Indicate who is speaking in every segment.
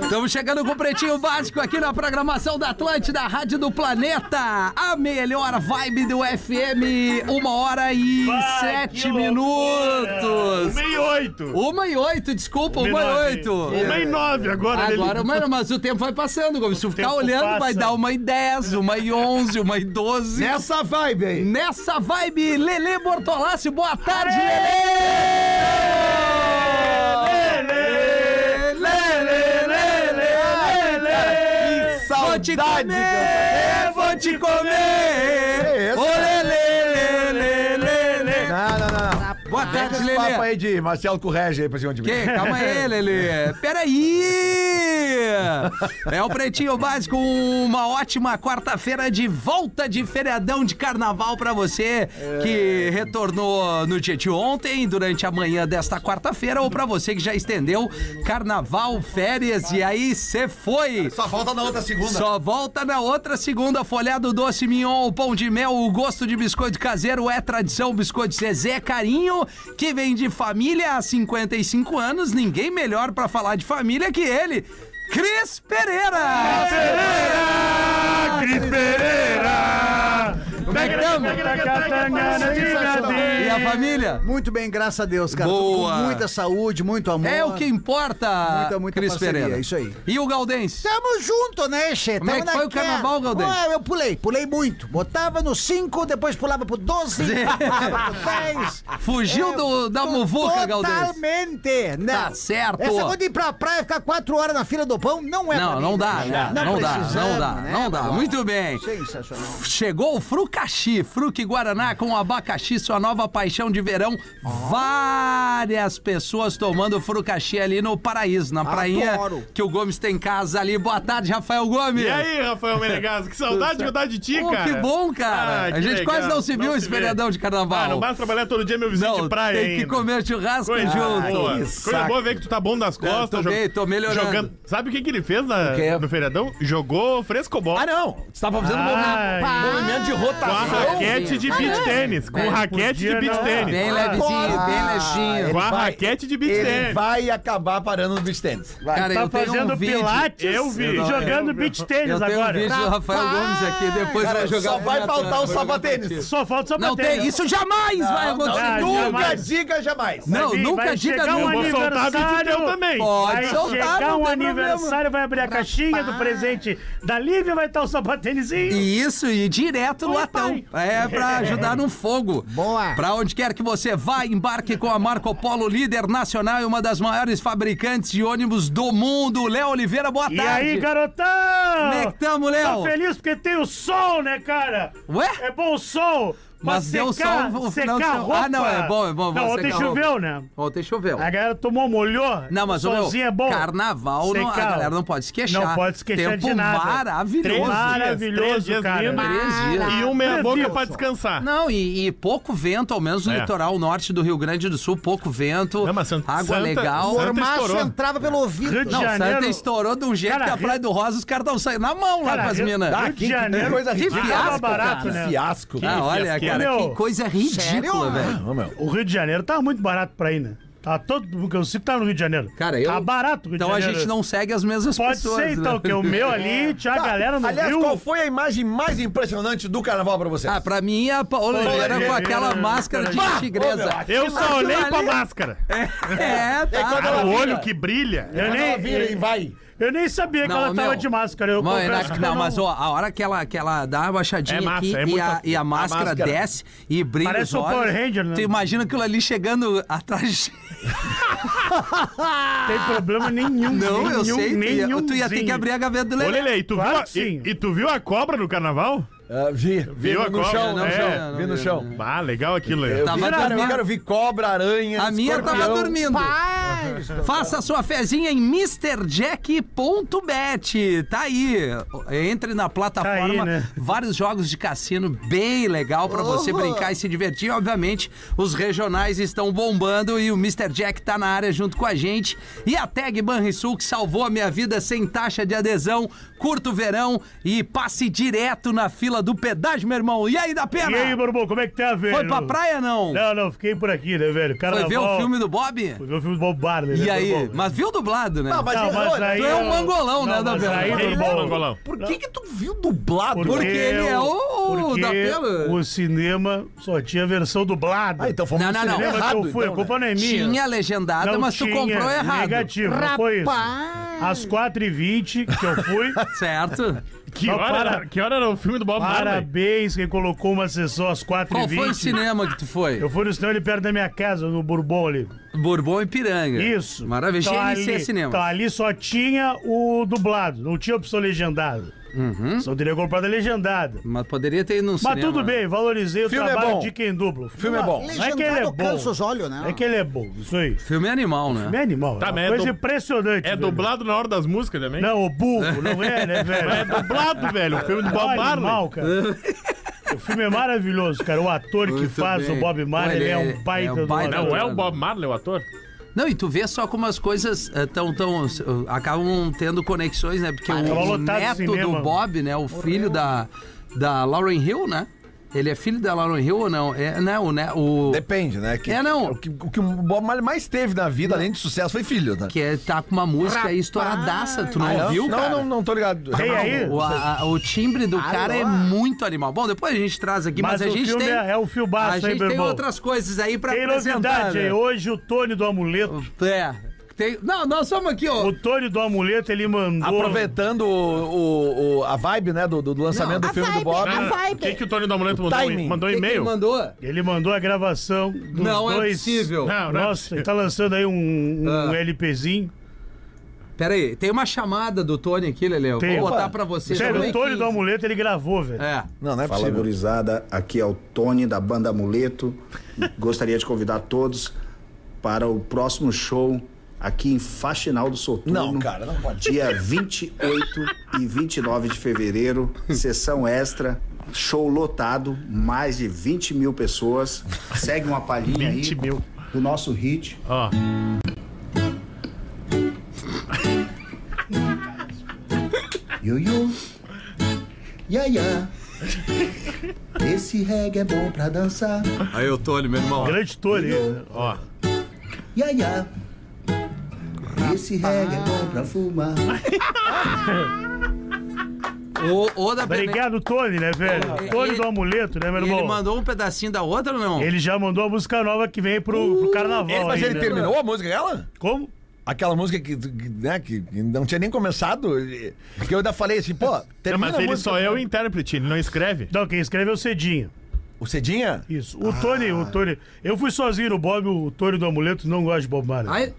Speaker 1: Estamos chegando com o Pretinho Básico aqui na programação da Atlântida, Rádio do Planeta. A melhor vibe do FM. Uma hora e
Speaker 2: Vai, que
Speaker 1: sete
Speaker 2: loucura.
Speaker 1: minutos.
Speaker 2: Uma Um e oito.
Speaker 1: Uma e oito, desculpa, uma,
Speaker 2: Uma
Speaker 1: Um e
Speaker 2: nove.
Speaker 1: oito.
Speaker 2: Uma e nove agora,
Speaker 1: Agora,
Speaker 2: Lelê.
Speaker 1: mano, mas o tempo vai passando, Gomes. Se eu ficar
Speaker 2: tempo
Speaker 1: olhando,
Speaker 2: passa.
Speaker 1: vai dar uma em 10, uma em 11, uma em 12.
Speaker 3: Nessa vibe aí.
Speaker 1: Nessa vibe, Lele Bortolassi, boa tarde, Lele! Vou te comer, vou te
Speaker 3: É
Speaker 1: comer!
Speaker 3: essa?
Speaker 1: Ô, Lele, Lele, Lele!
Speaker 3: Não,
Speaker 1: Tá,
Speaker 3: não, não. não.
Speaker 1: Boa
Speaker 3: Pega
Speaker 1: tarde,
Speaker 3: esse papo
Speaker 1: Lele!
Speaker 3: aí de Marcelo Correge aí pra cima de mim.
Speaker 1: Que? Calma aí, Lelê. Peraí! É o Pretinho Básico, uma ótima quarta-feira de volta de feriadão de carnaval pra você que retornou no dia de ontem, durante a manhã desta quarta-feira, ou pra você que já estendeu carnaval, férias, e aí você foi!
Speaker 4: Só falta na outra segunda.
Speaker 1: Só volta na outra segunda, folhado doce mignon, pão de mel, o gosto de biscoito caseiro é tradição, biscoito Zezé Carinho, que vem de família há 55 anos, ninguém melhor pra falar de família que ele, Cris Pereira!
Speaker 2: Pereira, Cris Pereira.
Speaker 1: Como é que é? tamo? E a família?
Speaker 5: Muito bem, graças a Deus, cara.
Speaker 1: Boa.
Speaker 5: Tudo Com muita saúde, muito amor.
Speaker 1: É o que importa,
Speaker 5: Muita, muita
Speaker 1: Cris
Speaker 5: parceria,
Speaker 1: Pereira.
Speaker 5: isso aí.
Speaker 1: E o Galdense?
Speaker 5: Tamo junto, né, Che?
Speaker 1: Como é
Speaker 5: Tamo
Speaker 1: que foi o
Speaker 5: naquela.
Speaker 1: carnaval, Galdêncio?
Speaker 5: Ah, eu pulei, pulei muito. Botava no 5, depois pulava pro 12, pulava pro 10.
Speaker 1: Fugiu
Speaker 5: É,
Speaker 1: do- da muvuca, Galdense.
Speaker 5: Totalmente, né?
Speaker 1: Tá certo.
Speaker 5: Essa coisa de ir pra praia e ficar 4 horas na fila do pão não é pra
Speaker 1: Não,
Speaker 5: mim,
Speaker 1: não dá,
Speaker 5: né, Che?
Speaker 1: né? Não dá, não
Speaker 5: precisamos,
Speaker 1: dá,
Speaker 5: né,
Speaker 1: não dá.
Speaker 5: Galdêncio?
Speaker 1: Muito bem.
Speaker 5: Sensacional.
Speaker 1: Chegou o Frucaxi, Fruque Guaraná com abacaxi, sua nova paixão de verão. Várias pessoas tomando Frucaxi ali no Paraíso, na prainha
Speaker 5: Adoro.
Speaker 1: que o Gomes tem em casa ali. Boa tarde, Rafael Gomes.
Speaker 2: E aí, Rafael Menegaso, que saudade que eu dá de ti,
Speaker 1: Pô,
Speaker 2: cara.
Speaker 1: que bom, cara.
Speaker 2: Ah, que
Speaker 1: A gente
Speaker 2: legal.
Speaker 1: quase não se viu esse
Speaker 2: vê.
Speaker 1: feriadão de carnaval.
Speaker 2: Ah, não basta trabalhar todo dia meu vizinho
Speaker 1: Não,
Speaker 2: de praia
Speaker 1: tem que
Speaker 2: ainda.
Speaker 1: comer churrasco
Speaker 2: Coisa
Speaker 1: junto.
Speaker 2: boa.
Speaker 3: que
Speaker 2: Coisa
Speaker 3: saco.
Speaker 2: boa ver que tu tá bom das costas.
Speaker 1: tô bem,
Speaker 2: jog-
Speaker 1: tô melhorando.
Speaker 2: Jogando. Sabe o que, que ele fez na-
Speaker 1: quê?
Speaker 2: no feriadão? Jogou frescobol.
Speaker 3: Ah, não. Você tava fazendo
Speaker 1: Tá
Speaker 2: Ai.
Speaker 6: tá
Speaker 3: movi- movimento de
Speaker 2: Com a
Speaker 3: rotação.
Speaker 2: raquete de
Speaker 1: Ah,
Speaker 2: beat tênis. Com
Speaker 1: Bem,
Speaker 2: raquete de beat
Speaker 1: Bem
Speaker 2: tênis.
Speaker 1: levezinho, bem
Speaker 3: Ah,
Speaker 1: levinho.
Speaker 2: Com a
Speaker 3: Vai.
Speaker 2: raquete de beat
Speaker 3: Ele
Speaker 2: tênis.
Speaker 3: vai acabar parando no beach tennis. Vai.
Speaker 1: Cara,
Speaker 6: Tá
Speaker 1: eu tenho
Speaker 6: fazendo
Speaker 1: um vídeo.
Speaker 6: pilates
Speaker 2: Eu vi.
Speaker 6: e jogando beach
Speaker 1: Eu tenho
Speaker 6: tênis
Speaker 1: um
Speaker 6: agora.
Speaker 1: vídeo do Rafael Gomes aqui, depois
Speaker 3: Cara,
Speaker 1: vai jogar
Speaker 3: só
Speaker 1: o Renato,
Speaker 3: vai
Speaker 1: né?
Speaker 3: faltar
Speaker 1: vai
Speaker 3: o
Speaker 1: jogar
Speaker 3: sapatênis.
Speaker 1: contigo.
Speaker 6: Só falta só
Speaker 1: Não tem, isso jamais vai acontecer.
Speaker 6: não,
Speaker 1: nunca.
Speaker 3: Nunca
Speaker 6: jamais.
Speaker 3: diga jamais.
Speaker 1: Não,
Speaker 6: Vai vir,
Speaker 1: nunca
Speaker 6: vai
Speaker 1: diga
Speaker 6: chegar um
Speaker 2: Eu vou
Speaker 1: nunca.
Speaker 2: soltar vídeo teu
Speaker 6: aniversário.
Speaker 2: também.
Speaker 1: Pode
Speaker 6: Vai
Speaker 1: soltar, não
Speaker 6: chegar um
Speaker 1: tem problema.
Speaker 6: aniversário, vai abrir a caixinha do presente da Lívia, vai estar o sapatênizinho.
Speaker 1: E isso, e direto no
Speaker 6: Oi,
Speaker 1: latão. É pra ajudar no fogo.
Speaker 5: Boa.
Speaker 1: Pra onde quer que você vá, embarque com a Marco Polo, líder nacional e uma das maiores fabricantes de ônibus do mundo. Léo Oliveira, boa
Speaker 6: E,
Speaker 1: tarde.
Speaker 6: aí, garotão?
Speaker 1: Como é que tamo, Léo?
Speaker 6: Tô feliz porque tem o sol, né, cara?
Speaker 1: Ué?
Speaker 6: É bom o sol. pra
Speaker 1: Mas deu
Speaker 6: secar-
Speaker 1: sol o final de
Speaker 6: secar a
Speaker 1: semana.
Speaker 6: roupa.
Speaker 1: Ah, não, é bom, é bom, é bom
Speaker 6: Não, ontem
Speaker 1: secar a roupa.
Speaker 6: choveu, né?
Speaker 1: Ontem choveu.
Speaker 6: A galera tomou, molhou.
Speaker 1: Então. Não, mas
Speaker 6: o
Speaker 1: ô, meu,
Speaker 6: solzinho é bom.
Speaker 1: carnaval, não- a
Speaker 6: Secar.
Speaker 1: galera não pode se queixar.
Speaker 6: Não pode se queixar
Speaker 1: Tempo
Speaker 6: de nada.
Speaker 1: maravilhoso.
Speaker 6: Maravilhoso,
Speaker 2: Três dias
Speaker 6: cara.
Speaker 2: lindo.
Speaker 1: Três dias.
Speaker 2: E um meia
Speaker 6: Meu
Speaker 2: boca
Speaker 6: Deus.
Speaker 2: pra descansar.
Speaker 1: Não, e, e pouco vento, ao menos no
Speaker 2: É.
Speaker 1: litoral norte do Rio Grande do Sul, pouco vento,
Speaker 2: Não, mas Santa-
Speaker 1: água
Speaker 2: Santa-
Speaker 1: legal.
Speaker 5: O
Speaker 2: Santa
Speaker 5: Ormaço
Speaker 2: estourou.
Speaker 5: entrava pelo ouvido.
Speaker 6: Rio de
Speaker 1: Não, Santa
Speaker 6: Janeiro-
Speaker 1: estourou de um jeito
Speaker 6: Cara,
Speaker 1: que a
Speaker 6: Rio-
Speaker 1: Praia do Rosa os caras estão saindo na mão lá com as minas.
Speaker 3: Ah,
Speaker 6: Rio de Janeiro.
Speaker 3: coisa
Speaker 1: Que
Speaker 3: ridícula.
Speaker 1: fiasco,
Speaker 6: barato,
Speaker 3: Que
Speaker 6: né?
Speaker 3: fiasco.
Speaker 1: Ah, olha,
Speaker 2: fiasqueira.
Speaker 1: cara,
Speaker 6: Meu,
Speaker 1: que coisa ridícula,
Speaker 5: sério?
Speaker 1: velho.
Speaker 3: Ô, meu.
Speaker 6: O Rio de Janeiro tá muito barato pra ir, né? Tá todo mundo que eu sinto tá no Rio de Janeiro.
Speaker 1: Cara, eu-
Speaker 6: Tá barato o Rio
Speaker 1: Então
Speaker 6: de
Speaker 1: a
Speaker 6: Janeiro.
Speaker 1: gente não segue as mesmas
Speaker 6: Pode
Speaker 1: pessoas.
Speaker 6: ser, então,
Speaker 1: né?
Speaker 6: que o meu ali tinha a
Speaker 3: Tá,
Speaker 6: galera no
Speaker 3: Aliás,
Speaker 6: Rio.
Speaker 3: qual foi a imagem mais impressionante do carnaval pra vocês?
Speaker 1: Ah, pra mim é a Paola
Speaker 6: Paola
Speaker 1: Oliveira com
Speaker 6: Oliveira,
Speaker 1: aquela
Speaker 6: né?
Speaker 1: máscara de
Speaker 3: Bah, ô,
Speaker 1: tigresa.
Speaker 3: meu,
Speaker 2: Eu só olhei pra
Speaker 1: ali-
Speaker 2: máscara.
Speaker 1: É, tá.
Speaker 3: quando
Speaker 2: O
Speaker 3: ela
Speaker 2: olho que brilha.
Speaker 6: Eu
Speaker 3: Quando ela
Speaker 6: nem,
Speaker 3: vira e vai.
Speaker 6: eu nem sabia que ela
Speaker 1: meu,
Speaker 6: tava de máscara. Eu
Speaker 1: mãe,
Speaker 6: confesso
Speaker 1: na-
Speaker 6: que
Speaker 1: não,
Speaker 6: eu não-
Speaker 1: mas ó, a hora que ela, que ela dá uma baixadinha
Speaker 2: É massa,
Speaker 1: aqui
Speaker 2: é
Speaker 1: e,
Speaker 2: muito
Speaker 1: a, e a
Speaker 2: a
Speaker 1: máscara
Speaker 3: máscara.
Speaker 1: desce e brilha
Speaker 6: Parece
Speaker 1: os
Speaker 6: o
Speaker 1: olhos,
Speaker 6: Power Ranger, né?
Speaker 1: Tu imagina aquilo ali chegando atrás. de-
Speaker 6: Tem problema nenhum.
Speaker 1: Não, eu
Speaker 6: nenhum,
Speaker 1: sei. Tu ia,
Speaker 6: nenhumzinho.
Speaker 1: tu ia ter que abrir a gaveta do
Speaker 2: Ô,
Speaker 1: Lelê.
Speaker 2: Lele, e tu,
Speaker 6: Claro
Speaker 2: viu a-
Speaker 6: que sim.
Speaker 2: e, e tu viu a cobra no carnaval?
Speaker 3: Ah, vi, vi
Speaker 2: Viu a
Speaker 3: no,
Speaker 2: cobra?
Speaker 3: chão,
Speaker 1: Não,
Speaker 3: no
Speaker 2: é.
Speaker 3: chão, vi no chão.
Speaker 2: Ah, legal aquilo aí.
Speaker 3: Eu
Speaker 1: Tava
Speaker 3: vi, cara, eu
Speaker 1: dormindo.
Speaker 3: quero ver cobra, aranha,
Speaker 1: A minha tava
Speaker 3: escorpião.
Speaker 1: dormindo. Faça sua fezinha em MrJack.bet. Tá aí. Entre na plataforma.
Speaker 6: Tá aí, né?
Speaker 1: Vários jogos de cassino bem legal pra você brincar e se divertir. Obviamente, os regionais estão bombando e o Mr. Jack tá na área junto com a gente. E a tag Banrisul que salvou a minha vida sem taxa de adesão. Curta o verão e passe direto na fila fila do pedágio, meu irmão. E aí, da
Speaker 6: E
Speaker 1: pena?
Speaker 6: aí, meu irmão, como é que tá, velho?
Speaker 1: Foi pra praia, não?
Speaker 6: Não, não, fiquei por aqui, né, velho?
Speaker 1: Foi
Speaker 6: Carnaval,
Speaker 1: ver o filme do Bob?
Speaker 6: Fui ver o filme do Bob Barney, né?
Speaker 1: E
Speaker 6: meu
Speaker 1: aí?
Speaker 6: irmão?
Speaker 1: Mas viu dublado, né?
Speaker 3: Não, mas,
Speaker 6: Não, mas aí...
Speaker 1: Tu é um
Speaker 6: eu-
Speaker 1: mangolão, né,
Speaker 6: Não, mas
Speaker 1: Dabela?
Speaker 6: aí, meu
Speaker 2: Ele é um
Speaker 6: irmão...
Speaker 2: mangolão.
Speaker 3: por que que tu viu dublado?
Speaker 1: Por- Porque ele é o-
Speaker 6: porque
Speaker 1: da pela.
Speaker 6: o cinema só tinha versão dublada.
Speaker 3: Ah, então fomos
Speaker 1: Não,
Speaker 3: no
Speaker 1: não, não.
Speaker 3: cinema
Speaker 6: Lembra
Speaker 3: errado,
Speaker 6: que eu fui?
Speaker 3: então,
Speaker 6: a culpa não é minha.
Speaker 1: Tinha legendado,
Speaker 6: Não
Speaker 1: mas tu
Speaker 6: tinha,
Speaker 1: comprou errado.
Speaker 6: Negativo, não foi isso. Às 4h20 que eu fui,
Speaker 1: Certo?
Speaker 2: Que
Speaker 6: Não,
Speaker 2: hora,
Speaker 6: para.
Speaker 2: era, que hora era o filme do Bob Marley?
Speaker 6: parabéns quem colocou uma sessão às 4h20.
Speaker 1: Qual foi o cinema que tu foi?
Speaker 6: Eu fui no cinema ali perto da minha casa, no Bourbon ali.
Speaker 1: Bourbon e Piranga.
Speaker 6: Isso.
Speaker 1: Maravilha.
Speaker 6: Então,
Speaker 1: GNC
Speaker 6: ali-
Speaker 1: Cinema.
Speaker 6: Então ali só tinha o dublado, não tinha opção legendada. Só teria comprado a legendada.
Speaker 1: Mas poderia ter ido num
Speaker 6: Mas
Speaker 1: Uhum. cinema.
Speaker 6: tudo bem, valorizei o
Speaker 3: Filme é
Speaker 6: trabalho
Speaker 3: bom.
Speaker 6: de quem dubla. O
Speaker 3: Filme
Speaker 6: filme
Speaker 3: é bom.
Speaker 6: Não é que ele é bom.
Speaker 5: cansa os olhos, né?
Speaker 6: É que ele é bom, isso aí.
Speaker 1: Filme animal,
Speaker 6: É
Speaker 1: né?
Speaker 6: animal,
Speaker 2: Tá,
Speaker 6: é
Speaker 2: mas
Speaker 6: uma
Speaker 2: é
Speaker 6: coisa
Speaker 2: dub-
Speaker 6: impressionante.
Speaker 2: É
Speaker 6: velho.
Speaker 2: dublado na hora das músicas também?
Speaker 6: Não, o burro, não é, né, velho?
Speaker 2: É dublado, velho. O filme do Bob
Speaker 6: Olha,
Speaker 2: Marley.
Speaker 6: animal, cara. O filme é maravilhoso, cara. O ator que
Speaker 1: Muito
Speaker 6: faz
Speaker 1: bem.
Speaker 6: o Bob Marley
Speaker 1: Olha,
Speaker 6: ele é
Speaker 1: ele
Speaker 6: um baita
Speaker 1: é um
Speaker 6: do
Speaker 1: baita
Speaker 6: ator.
Speaker 2: Não é o Bob Marley o ator?
Speaker 1: Não, e tu vê só como as coisas eh, tão, tão, s- acabam tendo conexões, né? Porque
Speaker 6: Tava
Speaker 1: o,
Speaker 6: lotado o
Speaker 1: neto
Speaker 6: cinema.
Speaker 1: do Bob, né? O filho da, da Lauren Hill, né? Ele é filho da Lauren Hill ou não? É, né? O, né? O,
Speaker 3: Depende, né? Que,
Speaker 1: É, não.
Speaker 3: O que, o que o Bob Marley mais teve na vida, além de sucesso, foi filho, né?
Speaker 1: que é, tá com uma música aí estouradaça. Tu não
Speaker 3: Ah,
Speaker 1: ouviu,
Speaker 3: não,
Speaker 1: cara?
Speaker 3: não, não tô ligado.
Speaker 6: Tem aí?
Speaker 1: O, a- a- o timbre do cara é muito animal. Bom, depois a gente traz aqui, mas,
Speaker 6: Mas
Speaker 1: a
Speaker 6: o
Speaker 1: gente
Speaker 6: filme
Speaker 1: tem.
Speaker 6: é- é o filmaço,
Speaker 1: A
Speaker 6: hein,
Speaker 1: gente
Speaker 6: meu
Speaker 1: tem
Speaker 6: irmão?
Speaker 1: outras coisas aí pra
Speaker 6: Tem
Speaker 1: apresentar.
Speaker 6: novidade
Speaker 1: né?
Speaker 6: aí. Hoje o Tony do Amuleto.
Speaker 1: É. Tem... Não, nós somos aqui, ó.
Speaker 6: O Tony do Amuleto, ele mandou.
Speaker 3: Aproveitando o- o- o- a vibe, né, do, do- do lançamento
Speaker 5: Não,
Speaker 3: do
Speaker 5: a
Speaker 3: filme do
Speaker 5: vibe,
Speaker 3: Bob. Ah.
Speaker 5: a vibe.
Speaker 2: O que, que o Tony do Amuleto
Speaker 3: O
Speaker 2: mandou?
Speaker 3: timing.
Speaker 2: Mandou
Speaker 1: Quem
Speaker 2: um
Speaker 1: que
Speaker 2: e-mail?
Speaker 1: mandou?
Speaker 6: Ele mandou a gravação dos
Speaker 1: Não é
Speaker 6: dois.
Speaker 1: possível.
Speaker 2: Não, não é
Speaker 6: Nossa, ele tá lançando aí um, um
Speaker 1: Ah.
Speaker 6: LPzinho.
Speaker 1: Pera aí, tem uma chamada do Tony aqui, Lele. Eu
Speaker 6: Tem.
Speaker 1: Vou botar
Speaker 3: Opa.
Speaker 1: pra você.
Speaker 6: Sério, o Tony um do
Speaker 1: amor.
Speaker 6: Amuleto, ele gravou, velho.
Speaker 1: É.
Speaker 3: Não, não é
Speaker 4: Fala,
Speaker 3: possível.
Speaker 4: gurizada. Aqui é o Tony da banda Amuleto. Gostaria de convidar todos para o próximo show aqui em Faxinal do Soturno.
Speaker 3: Não, cara, não pode.
Speaker 4: Dia 28 e 29 de fevereiro, sessão extra, show lotado, mais de 20 mil pessoas. Segue uma palhinha aí
Speaker 2: 20 mil.
Speaker 4: do nosso hit.
Speaker 2: Ó.
Speaker 4: Yo, yo. Ya, ya. Esse reggae é bom pra dançar.
Speaker 1: Aí o Tony, meu irmão.
Speaker 6: Grande Tony. né?
Speaker 2: Ó.
Speaker 4: Ya, ya. Esse reggae é bom pra fumar.
Speaker 1: Ô, ô, da
Speaker 6: Obrigado, Tony, né, velho?
Speaker 1: Ele-
Speaker 6: Tony do Amuleto, né, meu
Speaker 1: Ele
Speaker 6: irmão?
Speaker 1: mandou um pedacinho da outra ou não?
Speaker 6: Ele já mandou a música nova que vem pro,
Speaker 1: Uh,
Speaker 6: pro carnaval.
Speaker 3: Ele- mas
Speaker 6: aí,
Speaker 3: ele
Speaker 6: né?
Speaker 3: terminou a música dela?
Speaker 6: Como?
Speaker 3: Aquela música que, que, né, que não tinha nem começado. ele- Que eu ainda falei assim, pô,
Speaker 2: Não,
Speaker 3: termina
Speaker 2: mas
Speaker 3: a
Speaker 2: ele
Speaker 3: música.
Speaker 2: só é o intérprete, ele não escreve.
Speaker 6: Não, quem escreveu é o Cedinho.
Speaker 3: O Cedinha?
Speaker 6: Isso. O Tony,
Speaker 1: Ah.
Speaker 6: o Tony. Eu fui sozinho no Bob, o Tony do Amuleto não gosta de Bob Marley.
Speaker 1: Ai,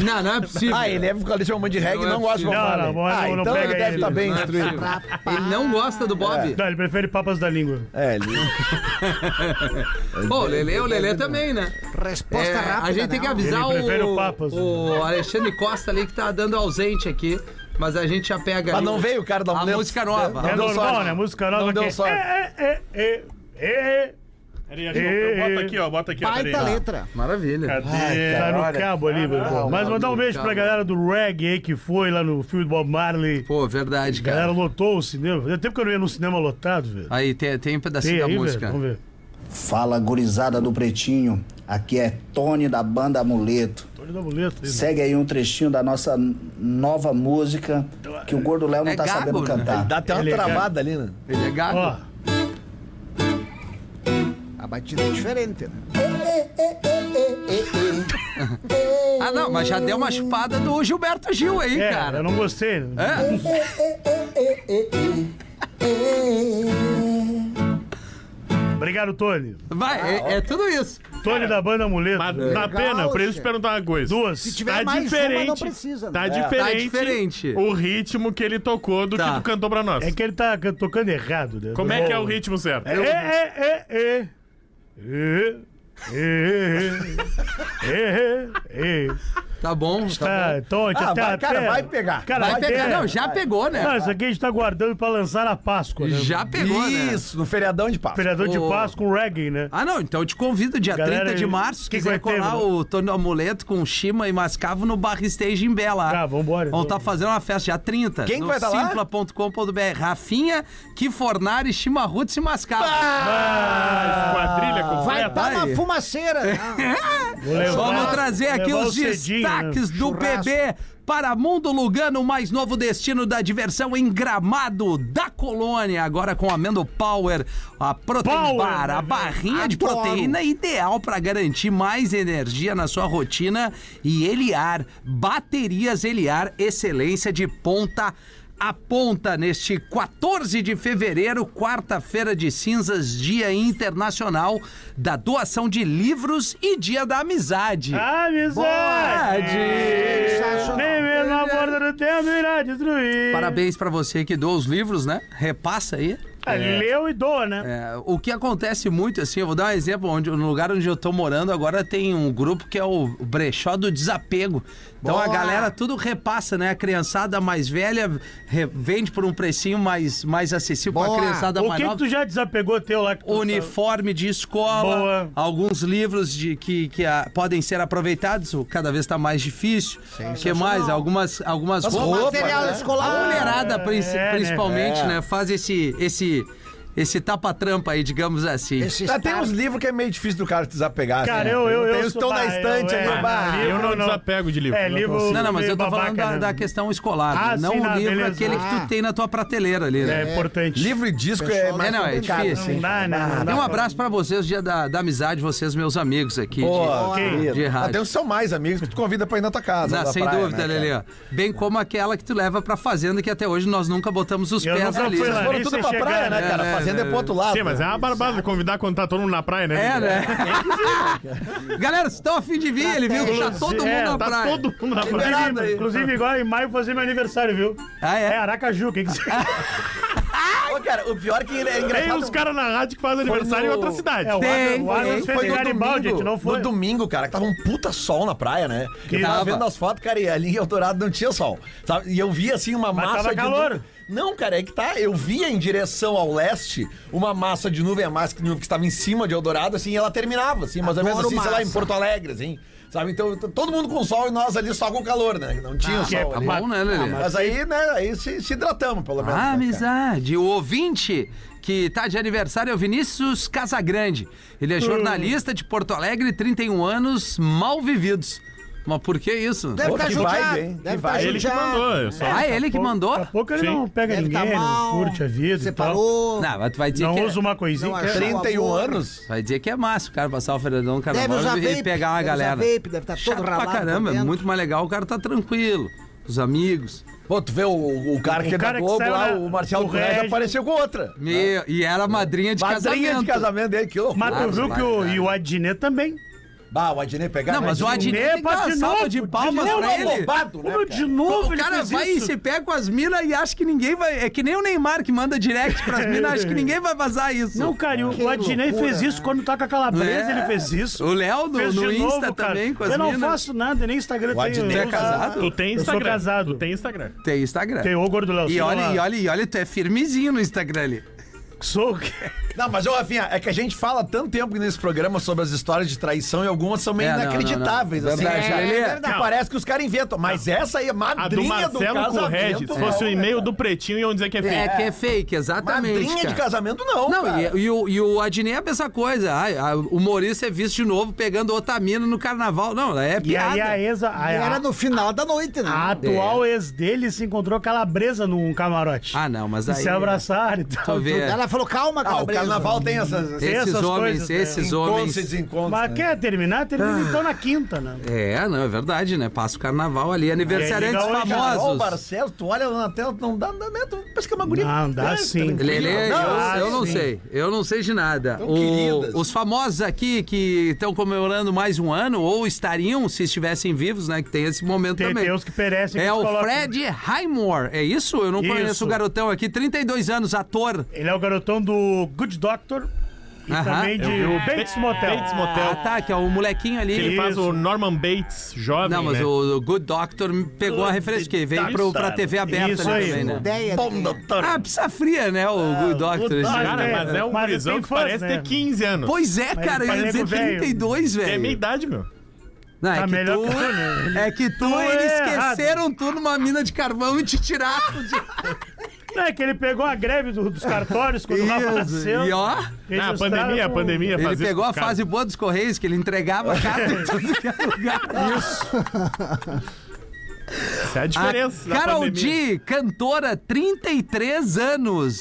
Speaker 1: não, não é possível.
Speaker 3: Ah, ele é vocalista de um monte de reggae e
Speaker 1: Não é
Speaker 3: não gosta de Bob
Speaker 6: possível.
Speaker 3: Marley.
Speaker 6: Não, não, não,
Speaker 3: Ah,
Speaker 6: não
Speaker 3: então
Speaker 6: pega
Speaker 3: ele deve
Speaker 6: ele.
Speaker 3: estar bem
Speaker 1: Não é
Speaker 3: instruído.
Speaker 1: possível. Ele não gosta do Bob.
Speaker 6: Não, ele prefere papas da língua.
Speaker 3: É, ele... É.
Speaker 1: Pô, o Lele, o Lele também, né?
Speaker 5: Resposta
Speaker 1: É,
Speaker 5: rápida. né?
Speaker 1: a gente tem que
Speaker 5: não.
Speaker 1: avisar
Speaker 6: Ele prefere
Speaker 1: o,
Speaker 6: o Papas.
Speaker 1: o Alexandre Costa ali que tá dando ausente aqui. Mas a gente já pega
Speaker 3: Mas
Speaker 1: aí
Speaker 3: não veio o cara da
Speaker 1: a
Speaker 3: Amuleto.
Speaker 1: música nova.
Speaker 3: Não
Speaker 6: é
Speaker 1: a
Speaker 3: deu
Speaker 6: normal,
Speaker 3: sorte.
Speaker 6: né? Música nova
Speaker 3: Não
Speaker 6: que
Speaker 3: deu
Speaker 6: é-
Speaker 3: sorte.
Speaker 6: É, é, é, é,
Speaker 2: Peraí,
Speaker 6: eu- bota aqui,
Speaker 2: ó, bota aqui,
Speaker 5: Baita tá letra.
Speaker 1: Maravilha.
Speaker 6: é. Tá no cabo ali, meu irmão. Mas mandar um beijo
Speaker 1: cabo.
Speaker 6: pra galera do reggae aí que foi lá no filme do Bob Marley.
Speaker 1: Pô, verdade,
Speaker 6: A galera
Speaker 1: cara.
Speaker 6: lotou o cinema. Fazia tempo que eu não ia no cinema lotado, velho.
Speaker 3: Ah,
Speaker 1: Aí tem, tem um pedacinho
Speaker 6: Tem
Speaker 1: da
Speaker 6: aí, velho.
Speaker 1: música.
Speaker 6: Vamos ver.
Speaker 4: Fala, gurizada do Pretinho. Aqui é Tony da banda Amuleto.
Speaker 6: Tony do Amuleto. aí,
Speaker 4: Segue aí um trechinho da nossa nova música que o Gordo Léo não
Speaker 1: É
Speaker 4: tá
Speaker 1: gago,
Speaker 4: sabendo
Speaker 1: né?
Speaker 4: cantar.
Speaker 3: Dá até uma
Speaker 6: Ele é
Speaker 3: travada ali, né?
Speaker 1: Ele é
Speaker 6: velho.
Speaker 1: gago.
Speaker 6: Ó.
Speaker 5: A batida é diferente, né?
Speaker 1: Ah, não, mas já deu uma chupada do Gilberto Gil aí,
Speaker 6: É,
Speaker 1: cara.
Speaker 6: eu não gostei. né?
Speaker 1: É?
Speaker 6: Obrigado, Tony.
Speaker 1: Vai, é, é tudo isso.
Speaker 6: Tony da banda Amuleto.
Speaker 2: Mas na pena,
Speaker 5: Legal,
Speaker 2: preciso te
Speaker 5: gente.
Speaker 2: perguntar uma coisa.
Speaker 6: Duas. Se
Speaker 5: tiver
Speaker 2: tá
Speaker 5: mais uma,
Speaker 2: diferente.
Speaker 5: não precisa, né?
Speaker 2: Tá,
Speaker 5: É.
Speaker 2: diferente
Speaker 1: Tá diferente.
Speaker 2: o ritmo que ele tocou do
Speaker 1: Tá.
Speaker 2: que tu cantou pra nós.
Speaker 6: É que ele tá can- tocando errado, né?
Speaker 2: Como é que é o ritmo certo?
Speaker 6: É, é, é, é. É, é, é, é, é.
Speaker 1: Tá bom. Tá
Speaker 6: Ah, Tonte,
Speaker 3: Ah,
Speaker 6: até,
Speaker 3: vai, cara,
Speaker 6: até-
Speaker 3: vai pegar.
Speaker 6: Cara,
Speaker 1: bom. Vai
Speaker 6: até-
Speaker 1: pegar. Não, já pegou, né?
Speaker 6: Não, isso aqui a gente tá guardando pra lançar na Páscoa, né?
Speaker 1: Já pegou, né?
Speaker 3: Isso, no feriadão de Páscoa.
Speaker 6: Feriador de
Speaker 1: Ô.
Speaker 6: Páscoa, um reggae, né?
Speaker 1: Ah, não, então eu te convido dia
Speaker 6: Galera,
Speaker 1: 30 de
Speaker 6: e-
Speaker 1: março, se
Speaker 6: que que
Speaker 1: quiser
Speaker 6: vai ter,
Speaker 1: colar
Speaker 6: Bruno?
Speaker 1: o Tony Amuleto com Shima e Mascavo no Bar Stage em Bela.
Speaker 6: Ah, vambora,
Speaker 1: Vão
Speaker 6: então.
Speaker 1: estar fazendo uma festa dia 30.
Speaker 3: Quem que
Speaker 1: no
Speaker 3: vai tá lá?
Speaker 1: Simpla.com.br. Rafinha, Kifornari, Shima Roots e Mascavo.
Speaker 2: Ah, quadrilha
Speaker 5: Vai
Speaker 2: completa.
Speaker 5: tá
Speaker 1: vai.
Speaker 5: na fumaceira. né?
Speaker 6: Vou levar-
Speaker 1: Vamos trazer aqui
Speaker 6: levar o
Speaker 1: os
Speaker 6: cedinho, né?
Speaker 1: destaques do bebê para Mundo Lugano, o mais novo destino da diversão em Gramado da Colônia, agora com amendo Power, a Protein
Speaker 6: Power,
Speaker 1: Bar, a
Speaker 6: né?
Speaker 1: barrinha de
Speaker 5: Adoro.
Speaker 1: proteína É ideal para garantir mais energia na sua rotina e Eliar, baterias Eliar, excelência de ponta a ponta neste 14 de fevereiro, quarta-feira de cinzas, Dia Internacional da Doação de Livros e Dia da Amizade.
Speaker 6: Amizade!
Speaker 3: é.
Speaker 5: Sensacional.
Speaker 6: Ah, Nem mesmo a borda do tempo irá destruir.
Speaker 1: Parabéns pra você que doa os livros, né? Repassa aí.
Speaker 6: É, Leu e doa, né?
Speaker 1: É, o que acontece muito, assim, eu vou dar um exemplo, onde, no lugar onde eu tô morando agora tem um grupo que é o Brechó do Desapego. Então a
Speaker 5: Boa!
Speaker 1: galera tudo repassa, né? A criançada mais velha re- vende por um precinho mais, mais acessível pra
Speaker 5: Boa!
Speaker 1: criançada
Speaker 6: o
Speaker 1: mais
Speaker 6: que, que
Speaker 1: nova.
Speaker 6: tu já desapegou teu lá? Que tu tá-
Speaker 1: Uniforme de escola,
Speaker 6: Boa.
Speaker 1: alguns livros de, que, que ah, podem ser aproveitados, o cada vez tá mais difícil. O que mais? Algumas, algumas roupas.
Speaker 3: né?
Speaker 5: Material
Speaker 1: A
Speaker 5: escolar.
Speaker 1: mulherada, princi-
Speaker 6: é, né?
Speaker 1: principalmente, né? Faz esse, esse, esse tapa-trampa aí, digamos assim.
Speaker 5: Esse
Speaker 3: Ah, tem
Speaker 5: estado-
Speaker 3: uns livros que é meio difícil do cara desapegar.
Speaker 6: Cara,
Speaker 3: né?
Speaker 6: eu, eu, eu.
Speaker 3: Tem os que
Speaker 6: sou-
Speaker 3: estão na
Speaker 6: bah,
Speaker 3: estante
Speaker 6: eu-
Speaker 3: ali,
Speaker 6: é,
Speaker 3: bah.
Speaker 2: Eu não desapego de livro,
Speaker 6: É,
Speaker 2: não
Speaker 6: livro.
Speaker 2: consigo.
Speaker 1: Não, não, mas
Speaker 6: meio
Speaker 1: eu tô falando
Speaker 6: babaca,
Speaker 1: da,
Speaker 6: né?
Speaker 1: da questão escolar,
Speaker 6: Ah,
Speaker 1: né? não
Speaker 6: sim,
Speaker 1: o
Speaker 6: não,
Speaker 1: livro
Speaker 6: beleza.
Speaker 1: aquele que tu
Speaker 5: Ah.
Speaker 1: tem na tua prateleira ali, né?
Speaker 6: É importante.
Speaker 3: Livro e disco é
Speaker 5: Pessoal,
Speaker 3: mais
Speaker 1: É, não, é
Speaker 3: complicado,
Speaker 1: difícil.
Speaker 3: assim.
Speaker 6: Não dá, né? Não dá
Speaker 1: Dê um
Speaker 6: pra-
Speaker 1: abraço pra vocês, dia da, da amizade, vocês, meus amigos aqui.
Speaker 3: Pô,
Speaker 6: Ok.
Speaker 3: querido.
Speaker 1: De rádio.
Speaker 3: Até os que são mais amigos que tu convida pra ir na tua
Speaker 1: de-
Speaker 3: casa.
Speaker 1: Não,
Speaker 3: na
Speaker 1: sem
Speaker 3: praia,
Speaker 1: dúvida,
Speaker 3: né, cara?
Speaker 1: Lelê. Bem como aquela que tu leva pra fazenda, que até hoje nós nunca botamos os
Speaker 6: Eu
Speaker 1: pés
Speaker 6: nunca
Speaker 1: ali.
Speaker 6: fui
Speaker 1: né?
Speaker 6: lá.
Speaker 3: Foram
Speaker 6: Nem
Speaker 3: tudo
Speaker 6: sei
Speaker 3: pra
Speaker 6: chegar,
Speaker 3: praia, né,
Speaker 6: né?
Speaker 3: cara?
Speaker 1: É,
Speaker 3: Fazenda
Speaker 1: é.
Speaker 3: é, pro outro lado.
Speaker 2: Sim, mas é uma barbada convidar quando tá todo mundo na praia, né?
Speaker 1: É, né? Galera, vocês estão afim de vir, ele viu que tá todo mundo
Speaker 6: É,
Speaker 1: na
Speaker 2: Tá
Speaker 1: praia.
Speaker 2: todo mundo na praia.
Speaker 3: Liberado
Speaker 6: Inclusive,
Speaker 3: aí.
Speaker 6: inclusive, igual em maio fazer meu aniversário, viu?
Speaker 1: Ah,
Speaker 6: É,
Speaker 1: é? Ah,
Speaker 6: Aracaju, quem que você.
Speaker 3: Ô, cara, o pior é que é
Speaker 2: Tem
Speaker 3: engraçado.
Speaker 2: uns caras na rádio que fazem aniversário
Speaker 1: no-
Speaker 2: em outra cidade.
Speaker 6: É, o
Speaker 1: Tem,
Speaker 6: Adam- o Adams
Speaker 1: tem.
Speaker 6: fez
Speaker 3: Foi
Speaker 6: em
Speaker 3: no
Speaker 6: Garibaldi, a gente
Speaker 3: domingo,
Speaker 6: não foi.
Speaker 3: no domingo, cara, que tava um puta sol na praia, né? Eu tava,
Speaker 1: Tava.
Speaker 3: vendo as fotos, cara, e ali em Eldorado não tinha sol. sabe? E eu vi, assim, uma
Speaker 6: Mas
Speaker 3: massa
Speaker 6: tava
Speaker 3: de
Speaker 6: calor.
Speaker 3: nuvem. Não, cara, é que tá, eu via em direção ao leste uma massa de nuvem, a massa de nuvem que estava em cima de Eldorado, assim, e ela terminava, assim, mais ou menos
Speaker 5: Adoro
Speaker 3: assim, sei lá, em
Speaker 5: massa.
Speaker 3: Porto Alegre, assim. Sabe? Então, t- todo mundo com sol e nós ali só com calor, né? Não tinha
Speaker 6: que é
Speaker 3: sol ali.
Speaker 6: pra-
Speaker 1: Bom, né, Lelê?
Speaker 3: Mas aí, né, aí se, se hidratamos, pelo menos. né,
Speaker 1: Ah,
Speaker 3: cara?
Speaker 1: amizade. O ouvinte que tá de aniversário é o Vinícius Casagrande.
Speaker 5: Hum.
Speaker 1: Ele é jornalista de Porto Alegre, 31 anos, mal vividos. Mas por que isso?
Speaker 5: Deve
Speaker 3: Pô,
Speaker 5: estar
Speaker 3: que
Speaker 5: judiado.
Speaker 3: vibe, hein?
Speaker 5: Deve
Speaker 3: Que
Speaker 5: estar
Speaker 3: vibe.
Speaker 2: Ele que
Speaker 5: judiado.
Speaker 2: mandou. eu só-
Speaker 1: Ah, ele que mandou? tá
Speaker 6: Daqui a pouco ele
Speaker 2: Sim.
Speaker 6: não pega
Speaker 5: Deve estar
Speaker 6: ninguém,
Speaker 5: mal.
Speaker 6: não curte a vida. e tal.
Speaker 5: Separou.
Speaker 1: Não, mas tu vai dizer,
Speaker 6: Não
Speaker 1: que
Speaker 6: usa
Speaker 1: é,
Speaker 6: uma coisinha
Speaker 5: Não
Speaker 6: que é-
Speaker 5: achou.
Speaker 3: 31
Speaker 5: Por favor.
Speaker 3: anos?
Speaker 1: vai dizer que é massa o cara passar o feriadão no
Speaker 5: Deve
Speaker 1: carnaval
Speaker 5: usar
Speaker 1: e
Speaker 5: vape.
Speaker 1: pegar uma
Speaker 5: deve
Speaker 1: galera.
Speaker 5: Usar vape, deve estar todo
Speaker 1: Chato
Speaker 5: ralado.
Speaker 1: pra caramba, é muito mais legal. O cara tá tranquilo, os amigos.
Speaker 3: Pô, tu vê o, o cara que é da
Speaker 6: cara que
Speaker 3: Globo
Speaker 6: saiu
Speaker 3: lá,
Speaker 6: na-
Speaker 3: o Marcelo
Speaker 6: do
Speaker 3: Correia
Speaker 6: Régio.
Speaker 3: apareceu com outra.
Speaker 1: Meu,
Speaker 5: Né?
Speaker 1: e era madrinha de
Speaker 3: Madrinha
Speaker 1: casamento.
Speaker 3: de casamento dele, que loucura.
Speaker 6: Mas tu viu que o, e o Adnet também.
Speaker 3: Bah, o Adnet pegar. um.
Speaker 1: Não, mas o
Speaker 6: Adnet
Speaker 1: Adnet tem que dar uma
Speaker 6: bate
Speaker 1: salva
Speaker 6: novo,
Speaker 1: de
Speaker 6: de
Speaker 1: palmas
Speaker 6: novo,
Speaker 1: pra
Speaker 6: é
Speaker 1: ele.
Speaker 3: Roubado, né, cara?
Speaker 6: Como de novo,
Speaker 1: O
Speaker 6: ele
Speaker 1: cara
Speaker 6: fez
Speaker 1: vai
Speaker 6: isso.
Speaker 1: e se pega com as minas e acha que ninguém vai. É que nem o Neymar que manda direct pras minas, acha que ninguém vai vazar isso.
Speaker 6: Não, cara, e o-
Speaker 5: Que
Speaker 6: o Adinei
Speaker 5: loucura,
Speaker 6: fez isso
Speaker 5: né?
Speaker 6: quando tá com a
Speaker 1: É.
Speaker 6: calabresa, ele fez isso.
Speaker 1: O Léo no,
Speaker 6: Fez
Speaker 1: no
Speaker 6: de
Speaker 1: Insta
Speaker 6: novo, cara.
Speaker 1: também com as
Speaker 6: Eu não
Speaker 1: minas.
Speaker 6: faço nada, nem Instagram
Speaker 3: O
Speaker 6: tenho.
Speaker 3: Adnet é
Speaker 6: Eu-
Speaker 1: casado?
Speaker 2: Tu tem
Speaker 6: Eu sou
Speaker 2: Instagram.
Speaker 6: casado.
Speaker 2: Tu tem Instagram.
Speaker 1: Tem Instagram.
Speaker 6: Tem o gordo Léo.
Speaker 1: E
Speaker 6: sou
Speaker 1: olha,
Speaker 6: lá-
Speaker 1: e olha, e olha, tu é firmezinho no Instagram ali.
Speaker 6: Sou o quê?
Speaker 3: Não, mas, ô, Rafinha, é que a gente fala tanto tempo nesse programa sobre as histórias de traição e algumas são meio
Speaker 1: É, não, não, não.
Speaker 3: inacreditáveis, assim.
Speaker 1: Verdade,
Speaker 3: é,
Speaker 1: Lelê.
Speaker 3: verdade.
Speaker 2: Não.
Speaker 3: Parece que os caras inventam. Mas essa aí é
Speaker 2: A do
Speaker 3: madrinha
Speaker 2: Marcelo com
Speaker 3: do,
Speaker 2: o Regis.
Speaker 3: casamento.
Speaker 2: Se
Speaker 1: um
Speaker 2: fosse o e-mail do Pretinho, iam dizer que é
Speaker 1: É,
Speaker 2: feio.
Speaker 1: que é fake, exatamente.
Speaker 3: Madrinha de
Speaker 1: cara.
Speaker 3: casamento, não.
Speaker 1: Não,
Speaker 3: cara.
Speaker 1: e, e o, e o Adnet é a mesma coisa. Ah, ah, o Maurício é visto de novo pegando outra mina no carnaval. Não, é
Speaker 6: E
Speaker 1: piada.
Speaker 6: aí a exa. A,
Speaker 5: E era
Speaker 6: é, a,
Speaker 5: no final da noite, né?
Speaker 6: a atual ex dele se encontrou calabresa num camarote.
Speaker 1: É. Ah, não, mas
Speaker 6: E
Speaker 1: aí...
Speaker 6: se abraçaram e tal.
Speaker 1: Tu vê.
Speaker 5: Ela falou, calma,
Speaker 3: Ah, o
Speaker 5: calabresa.
Speaker 3: carnaval tem essas...
Speaker 6: Tem
Speaker 1: Esses
Speaker 6: essas
Speaker 1: homens,
Speaker 6: coisas, né?
Speaker 1: esses
Speaker 3: Encontros e
Speaker 1: homens...
Speaker 3: desencontros.
Speaker 6: Mas
Speaker 3: né?
Speaker 6: quer terminar? Termina então na quinta, né?
Speaker 1: É, não, é verdade, né? Passa o carnaval ali, aniversariantes
Speaker 6: legal, hein,
Speaker 3: Cara, ó, o
Speaker 1: famosos.
Speaker 3: Marcelo, tu olha lá na tela, tu não dá, não dá, né? Tu parece que é uma guria.
Speaker 6: Não, dá
Speaker 3: É,
Speaker 6: sim.
Speaker 3: tranquila.
Speaker 1: Lele, eu,
Speaker 3: Não,
Speaker 1: eu não
Speaker 6: sim.
Speaker 1: sei. Eu não sei de nada.
Speaker 3: Tão
Speaker 1: O-
Speaker 3: queridas.
Speaker 1: os famosos aqui que estão comemorando mais um ano, ou estariam se estivessem vivos, né? Que tem esse momento
Speaker 6: Tem,
Speaker 1: também.
Speaker 6: tem uns que perecem. que
Speaker 1: É
Speaker 6: se
Speaker 1: o
Speaker 6: colocam.
Speaker 1: Fred Highmore, é isso? Eu não
Speaker 6: Isso.
Speaker 1: conheço o garotão aqui, 32 anos, ator.
Speaker 6: Ele é o garotão do Good Doctor. e
Speaker 1: Aham.
Speaker 6: também de
Speaker 2: vi o
Speaker 6: Bates Motel.
Speaker 2: Bates Motel.
Speaker 1: Ah, tá, que é o molequinho ali.
Speaker 2: Ele faz
Speaker 6: Isso.
Speaker 2: o Norman Bates jovem,
Speaker 1: Não, mas
Speaker 2: né?
Speaker 1: o, o Good Doctor me pegou a referência, que veio pro, pra TV aberta
Speaker 6: Isso
Speaker 1: ali
Speaker 6: aí.
Speaker 1: também, né?
Speaker 5: Ideia
Speaker 3: Bom,
Speaker 5: dele.
Speaker 3: doutor.
Speaker 1: Ah, pizza fria, né, o Good Doctor. esse
Speaker 6: Doctor.
Speaker 1: cara.
Speaker 2: Cara, mas é um
Speaker 6: Mas
Speaker 2: prisão
Speaker 6: tem
Speaker 2: que
Speaker 6: fãs,
Speaker 2: parece
Speaker 6: né?
Speaker 2: ter 15 anos.
Speaker 1: Pois é,
Speaker 6: Mas
Speaker 1: cara,
Speaker 6: ele
Speaker 1: ele
Speaker 6: tá
Speaker 1: tem
Speaker 6: nego velho.
Speaker 1: 32,
Speaker 2: É a minha
Speaker 1: velho.
Speaker 2: idade, meu.
Speaker 1: Não, é
Speaker 6: Tá
Speaker 1: que
Speaker 6: melhor
Speaker 1: tu...
Speaker 6: que tu, né?
Speaker 1: É que tu,
Speaker 6: é
Speaker 1: eles
Speaker 6: errado.
Speaker 1: esqueceram tu numa mina de carvão e te tiraram de...
Speaker 6: Não, é que ele pegou a greve do- dos cartórios quando lá
Speaker 1: Isso.
Speaker 6: nasceu.
Speaker 1: E ó,
Speaker 2: Ah, a
Speaker 6: registraram
Speaker 2: pandemia, a
Speaker 6: com-
Speaker 2: pandemia
Speaker 1: ele
Speaker 2: faz isso
Speaker 1: pegou
Speaker 2: com
Speaker 1: a
Speaker 2: os caras.
Speaker 1: fase boa dos Correios, que ele entregava a carta em tudo que era lugar.
Speaker 2: Essa é a
Speaker 1: A
Speaker 2: diferença. da
Speaker 1: Carol
Speaker 2: pandemia.
Speaker 1: D, cantora, 33 anos.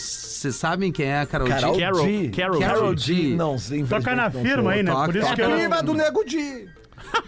Speaker 1: Vocês sabem quem é a Carol D?
Speaker 3: Carol
Speaker 2: G.
Speaker 1: Carol,
Speaker 2: Carol
Speaker 1: G. Não.
Speaker 3: Não, sim.
Speaker 6: Toca na firma aí, né?
Speaker 1: Toca,
Speaker 6: Por isso
Speaker 1: toca.
Speaker 6: que eu...
Speaker 3: Prima do Nego Di.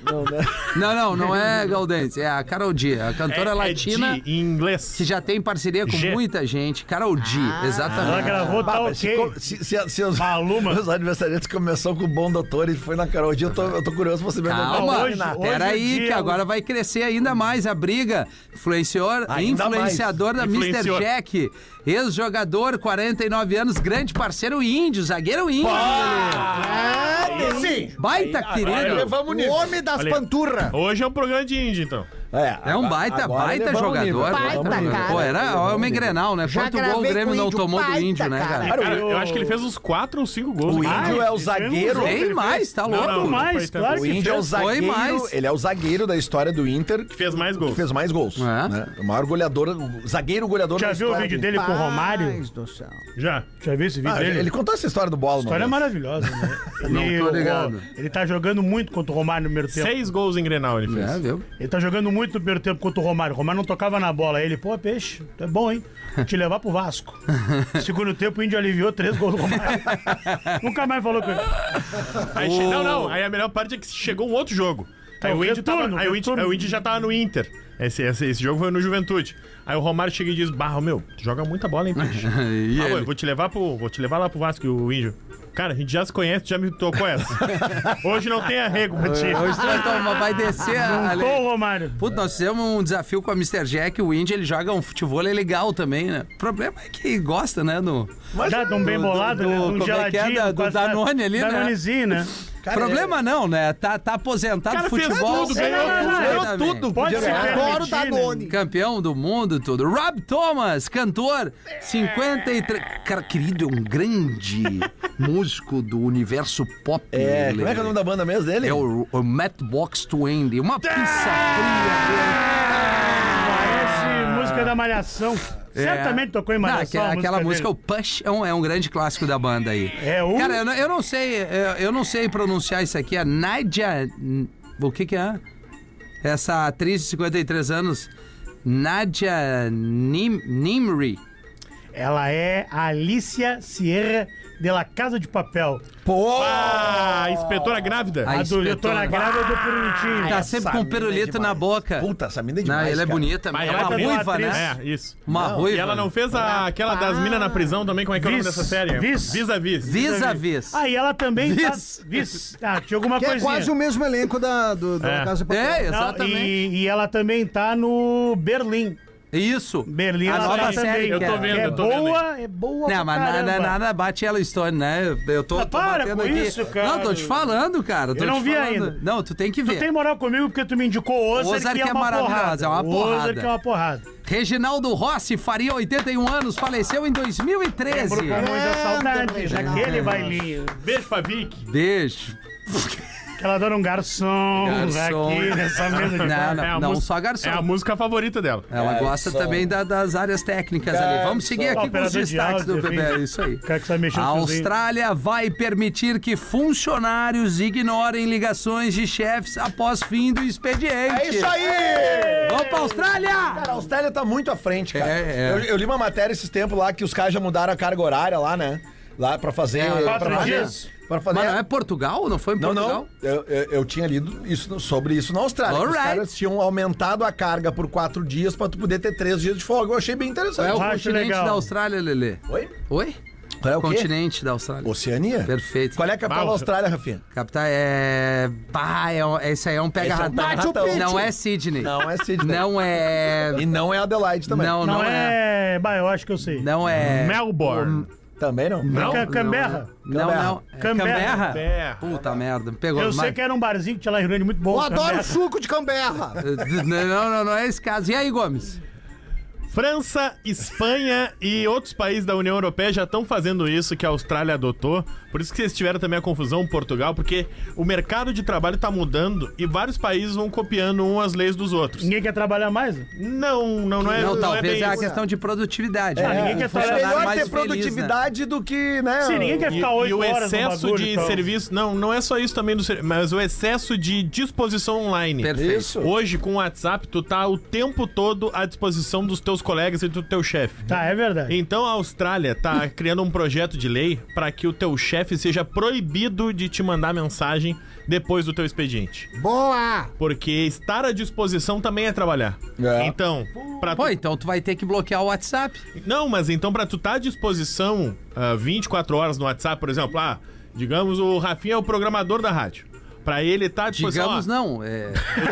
Speaker 3: né?
Speaker 1: não, não, é Galdense, é a Carol D, a cantora latina
Speaker 2: É de, em inglês.
Speaker 1: que já tem parceria com
Speaker 2: G.
Speaker 1: muita gente. Carol D,
Speaker 6: Ela
Speaker 1: exatamente.
Speaker 6: gravou
Speaker 3: Bah,
Speaker 6: tá
Speaker 3: mas se,
Speaker 6: ok.
Speaker 3: co- se, se, se os,
Speaker 6: Maluma.
Speaker 3: os aniversariantes começou com o bom doutor e foi na Carol Dia, eu tô, eu tô curioso pra saber o nome
Speaker 1: Calma,
Speaker 6: hoje- hoje
Speaker 1: pera
Speaker 6: é
Speaker 1: aí,
Speaker 6: dia-
Speaker 1: que agora vai crescer ainda mais a briga. Influenciou,
Speaker 3: Ainda
Speaker 1: influenciador da Mr.
Speaker 2: Influenciou.
Speaker 1: Jack, ex-jogador, 49 anos, grande parceiro índio, zagueiro índio. Ah,
Speaker 5: É, sim.
Speaker 1: Baita
Speaker 3: dele.
Speaker 1: querido.
Speaker 3: Levamos
Speaker 5: O
Speaker 3: nisso.
Speaker 5: homem das
Speaker 2: Olha aí.
Speaker 5: panturras.
Speaker 2: Hoje é um programa de índio, então.
Speaker 3: É,
Speaker 1: É um
Speaker 3: agora-
Speaker 1: baita,
Speaker 3: agora
Speaker 1: baita
Speaker 3: levamos o nível,
Speaker 1: jogador.
Speaker 3: levamos
Speaker 1: baita
Speaker 3: o nível.
Speaker 1: jogador. Pô, era é o homem grenal, né?
Speaker 5: Já
Speaker 1: Quanto gol o
Speaker 5: gravei
Speaker 1: Grêmio
Speaker 5: com
Speaker 1: não
Speaker 5: índio,
Speaker 1: tomou do
Speaker 5: baita,
Speaker 1: índio, né, cara?
Speaker 5: cara.
Speaker 2: Cara, eu,
Speaker 6: eu-
Speaker 2: eu acho que ele fez uns 4 ou 5 gols.
Speaker 3: O
Speaker 2: cara.
Speaker 3: índio é o zagueiro.
Speaker 6: Ele
Speaker 1: Bem
Speaker 6: fez-
Speaker 1: mais, tá louco.
Speaker 2: Não, não,
Speaker 6: Muito mais,
Speaker 2: foi
Speaker 6: claro
Speaker 2: tanto.
Speaker 3: O
Speaker 6: que
Speaker 3: índio é o
Speaker 6: fez.
Speaker 1: Foi mais.
Speaker 3: zagueiro. Ele é o zagueiro da história do Inter que
Speaker 2: Fez mais gols.
Speaker 3: fez mais gols.
Speaker 1: É.
Speaker 3: né? O maior goleador, o zagueiro goleador
Speaker 6: Já
Speaker 3: da
Speaker 6: viu o
Speaker 3: história
Speaker 6: vídeo
Speaker 3: do-
Speaker 6: dele com o Romário?
Speaker 5: Paz do céu.
Speaker 2: Já.
Speaker 6: Já viu esse vídeo
Speaker 3: Ah,
Speaker 6: dele?
Speaker 3: ele contou essa história do bola,
Speaker 6: A história é
Speaker 3: mano.
Speaker 6: maravilhosa, né?
Speaker 1: Não
Speaker 6: Ele,
Speaker 1: tô
Speaker 6: o-
Speaker 1: ligado.
Speaker 6: ele tá jogando muito contra o Romário no primeiro tempo.
Speaker 2: 6 gols em Grenal ele fez.
Speaker 1: É, viu?
Speaker 6: Ele tá jogando muito no primeiro tempo contra o Romário. O Romário não tocava na bola. Aí Ele, pô, peixe, tu é bom, hein? Vou te levar pro Vasco. Segundo tempo, o índio aliviou três gols do Romário. Nunca mais falou com ele.
Speaker 2: Aí che- Não, não. Aí a melhor parte é que chegou um outro jogo. Aí
Speaker 6: Não,
Speaker 2: o Índio, tava-
Speaker 6: É retorno,
Speaker 2: aí o Índio-
Speaker 6: retorno.
Speaker 2: aí o Índio já tava no Inter. Esse, esse, esse jogo foi no Juventude. Aí o Romário chega e diz: Barro, meu, tu joga muita bola, hein, bicho?
Speaker 1: E
Speaker 2: Ah,
Speaker 1: ele?
Speaker 2: ué, vou te levar pro. Vou te levar lá pro Vasco, o índio. Cara, a gente já se conhece, já me tocou essa. Hoje não tem arrego pra ti.
Speaker 1: Hoje tu vai tomar- Então, vai descer a...
Speaker 6: Juntou o Romário.
Speaker 1: Puta, nós fizemos um desafio com a Mr. Jack, o Indy, ele joga um futebol legal também, né? O problema é que gosta, né? No...
Speaker 6: Dá de um bem
Speaker 1: do-
Speaker 6: bolado,
Speaker 1: do-
Speaker 6: né? De
Speaker 1: como
Speaker 6: um
Speaker 1: é que é?
Speaker 6: geladinho.
Speaker 1: Da- do
Speaker 6: quase-
Speaker 1: Danone ali, né?
Speaker 6: Danonezinho, né?
Speaker 3: é-
Speaker 1: problema não, né? Tá, tá aposentado do
Speaker 2: Cara, fez
Speaker 1: futebol.
Speaker 2: tudo,
Speaker 1: sabe?
Speaker 2: ganhou tudo,
Speaker 6: ganhou
Speaker 1: Exatamente.
Speaker 3: tudo.
Speaker 6: Pode ser.
Speaker 5: Adoro o Danone.
Speaker 1: Campeão do mundo e tudo. Rob Thomas, cantor, 53. Cara, querido, é um grande músico do universo pop.
Speaker 3: É,
Speaker 1: Lele.
Speaker 3: como é que é o nome da banda mesmo dele?
Speaker 1: É o, o Matbox Twenty, uma pizza fria.
Speaker 6: Parece música da Malhação.
Speaker 1: É.
Speaker 6: Certamente tocou em
Speaker 1: Não,
Speaker 6: Malhação.
Speaker 1: aquela,
Speaker 6: a
Speaker 1: aquela música,
Speaker 6: dele.
Speaker 1: o Push, é um, é um grande clássico da banda aí.
Speaker 6: É o-
Speaker 1: Cara, eu, não- eu não sei, é, eu não sei pronunciar isso aqui. É Nadia. O que que é? Essa atriz de 53 anos, Nadia Nim, Nimri.
Speaker 6: Ela é a Alicia Sierra de La Casa de Papel.
Speaker 3: Pô!
Speaker 2: Ah, inspetora grávida.
Speaker 1: Ai,
Speaker 6: A,
Speaker 1: A
Speaker 6: do doutora
Speaker 1: inspetora.
Speaker 6: grávida do Puruntinho.
Speaker 1: Tá sempre
Speaker 6: é
Speaker 1: com um pirulito na boca.
Speaker 3: Puta, essa mina é
Speaker 1: não,
Speaker 3: demais,
Speaker 1: ela é
Speaker 3: cara.
Speaker 1: bonita,
Speaker 2: Mas
Speaker 1: é
Speaker 2: ela
Speaker 1: uma
Speaker 2: também é uma
Speaker 1: ruiva,
Speaker 6: atriz.
Speaker 1: né?
Speaker 2: É, isso.
Speaker 1: Uma ruiva.
Speaker 2: E ela não fez a, aquela das minas na prisão também? Como é que é o nome
Speaker 6: Vis.
Speaker 2: dessa série?
Speaker 6: Vis.
Speaker 2: a vis.
Speaker 1: Vis-a-vis.
Speaker 6: Ah, e ela também
Speaker 1: Vis.
Speaker 6: tá... Vis. Ah, tinha alguma
Speaker 5: Que é
Speaker 6: coisinha.
Speaker 5: quase o mesmo elenco da, do, da
Speaker 2: É.
Speaker 5: Casa de Papel.
Speaker 1: É,
Speaker 6: Não,
Speaker 1: exatamente.
Speaker 6: e, e ela também tá no Berlim.
Speaker 1: Isso.
Speaker 6: Berlim
Speaker 1: a
Speaker 6: ela
Speaker 1: nova
Speaker 6: tá
Speaker 1: série
Speaker 6: também.
Speaker 1: que
Speaker 2: Eu tô
Speaker 1: é.
Speaker 6: que
Speaker 2: vendo,
Speaker 6: é
Speaker 2: eu tô vendo
Speaker 6: boa, é boa pra
Speaker 1: Não, mas na- na-
Speaker 6: caramba.
Speaker 1: nada, bate ela Stone, né? Eu tô,
Speaker 6: Ah,
Speaker 1: tô
Speaker 6: para
Speaker 1: batendo
Speaker 6: com
Speaker 1: aqui.
Speaker 6: isso, cara.
Speaker 1: Não, tô te falando, cara. tô
Speaker 6: Eu não
Speaker 1: te
Speaker 6: vi
Speaker 1: falando.
Speaker 6: ainda.
Speaker 1: Não, tu tem que
Speaker 6: Tu
Speaker 1: ver.
Speaker 6: tem moral comigo porque tu me indicou o Ozark,
Speaker 1: Ozark
Speaker 6: que é
Speaker 1: é
Speaker 6: uma
Speaker 1: maravilhosa,
Speaker 6: porrada.
Speaker 1: é uma porrada.
Speaker 6: O Ozark é uma porrada.
Speaker 1: Reginaldo Rossi faria 81 anos, faleceu em 2013.
Speaker 6: Lembrou com muita
Speaker 1: É,
Speaker 6: saudade daquele bailinho.
Speaker 2: Beijo pra Vicky.
Speaker 1: Beijo.
Speaker 6: Que ela adora um garçom,
Speaker 1: Garçom.
Speaker 6: aqui nessa mesa de é
Speaker 1: Não,
Speaker 6: bar. né?
Speaker 1: não,
Speaker 2: a
Speaker 1: não,
Speaker 2: música-
Speaker 1: só garçom.
Speaker 2: É a música favorita dela.
Speaker 1: Ela
Speaker 3: Cara,
Speaker 1: gosta
Speaker 3: só-
Speaker 1: também da- das áreas técnicas
Speaker 3: Cara,
Speaker 1: ali. Vamos seguir
Speaker 3: só-
Speaker 1: aqui com os
Speaker 6: É, Operador de
Speaker 1: destaques do
Speaker 6: áudio,
Speaker 1: bebê.
Speaker 6: enfim.
Speaker 1: É isso aí.
Speaker 6: Cara que sabe mexer
Speaker 1: A
Speaker 6: no fiozinho.
Speaker 1: Austrália vai permitir que funcionários ignorem ligações de chefes após fim do expediente.
Speaker 3: É isso aí!
Speaker 1: Vamos pra Austrália!
Speaker 3: Cara, a Austrália tá muito à frente, cara.
Speaker 1: É, é.
Speaker 3: Eu, eu li uma matéria esses tempos lá que os caras já mudaram a carga horária lá, né? Lá pra fazer.
Speaker 1: É,
Speaker 6: quatro
Speaker 3: pra
Speaker 6: dias.
Speaker 3: fazer, pra fazer.
Speaker 1: Mas não é Portugal? Não foi em
Speaker 3: Né? Não,
Speaker 1: Portugal?
Speaker 3: não. Eu, eu, eu tinha lido isso, sobre isso na Austrália. que Os
Speaker 1: Alright.
Speaker 3: caras tinham aumentado a carga por quatro dias pra tu poder ter três dias de folga. Eu achei bem
Speaker 1: Qual é
Speaker 3: interessante.
Speaker 1: o
Speaker 6: Acho
Speaker 1: continente
Speaker 6: legal.
Speaker 1: da Austrália, Lelê?
Speaker 3: Oi?
Speaker 1: Oi?
Speaker 3: Qual é o quê?
Speaker 1: continente da Austrália.
Speaker 3: Oceania?
Speaker 1: Perfeito.
Speaker 3: Qual é a capital
Speaker 2: Bah,
Speaker 3: da Austrália, Rafinha?
Speaker 1: Capital é. Pá, é um- esse aí é um pega
Speaker 3: Esse é um
Speaker 1: ratão.
Speaker 3: pega-ratão.
Speaker 1: Não é Sydney.
Speaker 3: Não é Sydney.
Speaker 1: Não é.
Speaker 3: E não é Adelaide também.
Speaker 1: Não,
Speaker 6: Não
Speaker 1: não é.
Speaker 6: é... Bah, eu acho que eu sei.
Speaker 1: Não é.
Speaker 2: Melbourne.
Speaker 3: Também não.
Speaker 2: Não?
Speaker 6: Ca- Canberra.
Speaker 1: Não, não. É
Speaker 6: Canberra.
Speaker 2: Canberra.
Speaker 1: Puta merda, me pegou.
Speaker 6: Eu sei
Speaker 1: mas-
Speaker 6: que era um barzinho que tinha lá em Rio Grande muito bom.
Speaker 5: Eu adoro
Speaker 6: Canberra.
Speaker 5: suco de camberra.
Speaker 1: Não, não, não é esse caso. E aí, Gomes?
Speaker 2: França, Espanha e outros países da União Europeia já estão fazendo isso que a Austrália adotou. Por isso que vocês tiveram também a confusão em Portugal, porque o mercado de trabalho está mudando e vários países vão copiando um as leis dos outros.
Speaker 6: Ninguém quer trabalhar mais? né?
Speaker 2: Não, não, não é.
Speaker 1: não,
Speaker 2: é
Speaker 1: talvez
Speaker 2: bem
Speaker 1: é, a
Speaker 2: isso.
Speaker 1: questão de produtividade. né?
Speaker 6: Ah, ninguém quer
Speaker 1: O
Speaker 3: É
Speaker 6: trabalhar.
Speaker 1: funcionário
Speaker 3: melhor
Speaker 1: mais
Speaker 3: ter
Speaker 1: feliz, né?
Speaker 3: produtividade do que, né?
Speaker 6: Sim, ninguém quer
Speaker 2: E,
Speaker 6: ficar
Speaker 2: e
Speaker 6: oito
Speaker 2: o
Speaker 6: horas no
Speaker 2: excesso
Speaker 6: bagulho,
Speaker 2: de
Speaker 6: então.
Speaker 2: serviço. Não, não é só isso também, do, ser- mas o excesso de disposição online.
Speaker 1: Perfeito.
Speaker 3: Isso.
Speaker 2: Hoje, com o WhatsApp, tu tá o tempo todo à disposição dos teus colegas e do teu chefe.
Speaker 6: Tá, é verdade.
Speaker 2: Então a Austrália tá criando um projeto de lei para que o teu chefe seja proibido de te mandar mensagem depois do teu expediente.
Speaker 5: Boa!
Speaker 2: Porque estar à disposição também é trabalhar.
Speaker 3: É.
Speaker 2: Então, pra tu...
Speaker 1: Pô, então tu vai ter que bloquear o WhatsApp.
Speaker 2: Não, mas então pra tu estar à disposição ah, 24 horas no WhatsApp, por exemplo, ah, digamos o Rafinha é o programador da rádio. Pra ele estar à disposição.
Speaker 1: Digamos,
Speaker 2: ó,
Speaker 1: não. é.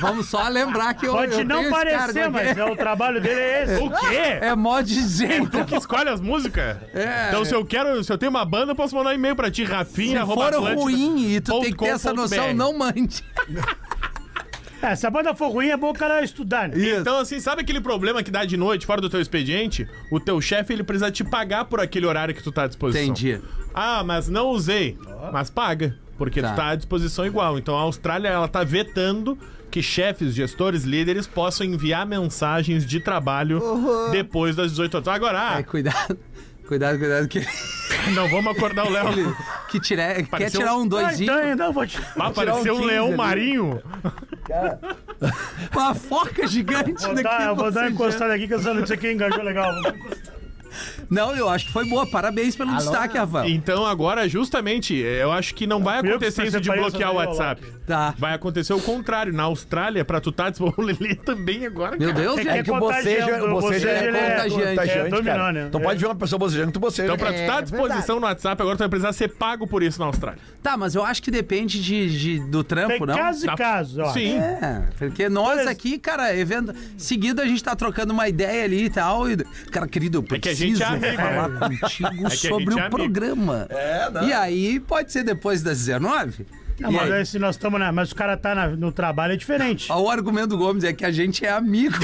Speaker 1: Vamos só lembrar que eu.
Speaker 6: Pode
Speaker 1: eu tenho
Speaker 6: não
Speaker 1: esse
Speaker 6: parecer,
Speaker 1: cargo aqui.
Speaker 6: mas é o trabalho dele é esse.
Speaker 2: O quê?
Speaker 1: É mó de jeito.
Speaker 2: Tu que escolhe as músicas?
Speaker 1: É.
Speaker 2: Então, se eu quero, se eu tenho uma banda, eu posso mandar um e-mail pra ti, Rafinha.
Speaker 1: Se
Speaker 2: arroba
Speaker 1: for
Speaker 2: Atlântida.
Speaker 1: ruim e tu
Speaker 2: ponto
Speaker 1: tem que
Speaker 2: com
Speaker 1: ter essa
Speaker 2: ponto
Speaker 1: noção,
Speaker 2: BR.
Speaker 1: não mande.
Speaker 6: É, se a banda for ruim, é bom o cara estudar, né?
Speaker 2: Então, assim, sabe aquele problema que dá de noite, fora do teu expediente? O teu chefe, ele precisa te pagar por aquele horário que tu tá à disposição.
Speaker 1: Entendi.
Speaker 2: Ah, mas não usei. Mas paga, porque
Speaker 1: Tá.
Speaker 2: tu tá à disposição igual. Então, a Austrália, ela tá vetando que chefes, gestores, líderes possam enviar mensagens de trabalho depois das 18 horas. Agora, ah,
Speaker 1: É, cuidado. Cuidado, cuidado, que,
Speaker 2: não vamos acordar o Léo.
Speaker 1: que tire- quer
Speaker 2: Pareceu-
Speaker 1: tirar um
Speaker 6: Ah,
Speaker 1: doisinho.
Speaker 6: então, não, vou te...
Speaker 2: Ah, pareceu um,
Speaker 1: 15
Speaker 2: leão
Speaker 1: ali.
Speaker 2: marinho.
Speaker 1: Uma foca gigante
Speaker 6: então Vou
Speaker 1: naquilo,
Speaker 6: dar, eu vou dar uma
Speaker 1: você já-
Speaker 6: encostada aqui, que eu só não sei quem engajou legal.
Speaker 1: Não, eu acho que foi boa. Parabéns pelo destaque, Avan.
Speaker 2: Então, agora, justamente, eu acho que não vai
Speaker 6: Fui eu que
Speaker 2: acontecer isso de
Speaker 6: separei essa
Speaker 2: bloquear o
Speaker 6: daí, ó, lá.
Speaker 2: WhatsApp.
Speaker 1: Tá.
Speaker 2: Vai acontecer o contrário. Na Austrália, pra tu tá disponível ele também agora.
Speaker 1: Meu
Speaker 2: cara.
Speaker 1: Deus,
Speaker 6: É que
Speaker 1: gente.
Speaker 6: é
Speaker 1: bo-
Speaker 3: Boceja,
Speaker 6: Contagiando,
Speaker 3: boceja
Speaker 1: boceja, ele
Speaker 3: é
Speaker 1: é
Speaker 3: contagiante,
Speaker 6: contagiante,
Speaker 3: cara.
Speaker 6: dominó, né?
Speaker 3: Então
Speaker 6: É.
Speaker 3: pode ver uma pessoa bocejando que tu boceja. É.
Speaker 2: Então, pra tu
Speaker 1: É
Speaker 2: estar tá à disposição no WhatsApp, agora tu vai precisar ser pago por isso na Austrália.
Speaker 1: Tá, mas eu acho que depende de, de- do
Speaker 6: Tem
Speaker 1: trampo, não?
Speaker 6: caso e
Speaker 2: Tá.
Speaker 6: caso, ó.
Speaker 2: Sim.
Speaker 1: É, porque nós aqui, cara, evento, seguido a gente tá trocando uma ideia ali e tal. E, cara, querido, eu
Speaker 2: É que a
Speaker 1: preciso
Speaker 2: gente é amigo,
Speaker 1: falar contigo
Speaker 2: gente
Speaker 1: sobre
Speaker 2: é
Speaker 1: o
Speaker 2: amigo.
Speaker 1: programa.
Speaker 3: É, não.
Speaker 1: E aí, pode ser depois das 19?
Speaker 6: Não,
Speaker 1: E
Speaker 6: mas é-
Speaker 1: aí?
Speaker 6: aí, se nós estamos na. Mas o cara tá na- no trabalho é diferente.
Speaker 1: O argumento do Gomes é que a gente é amigo.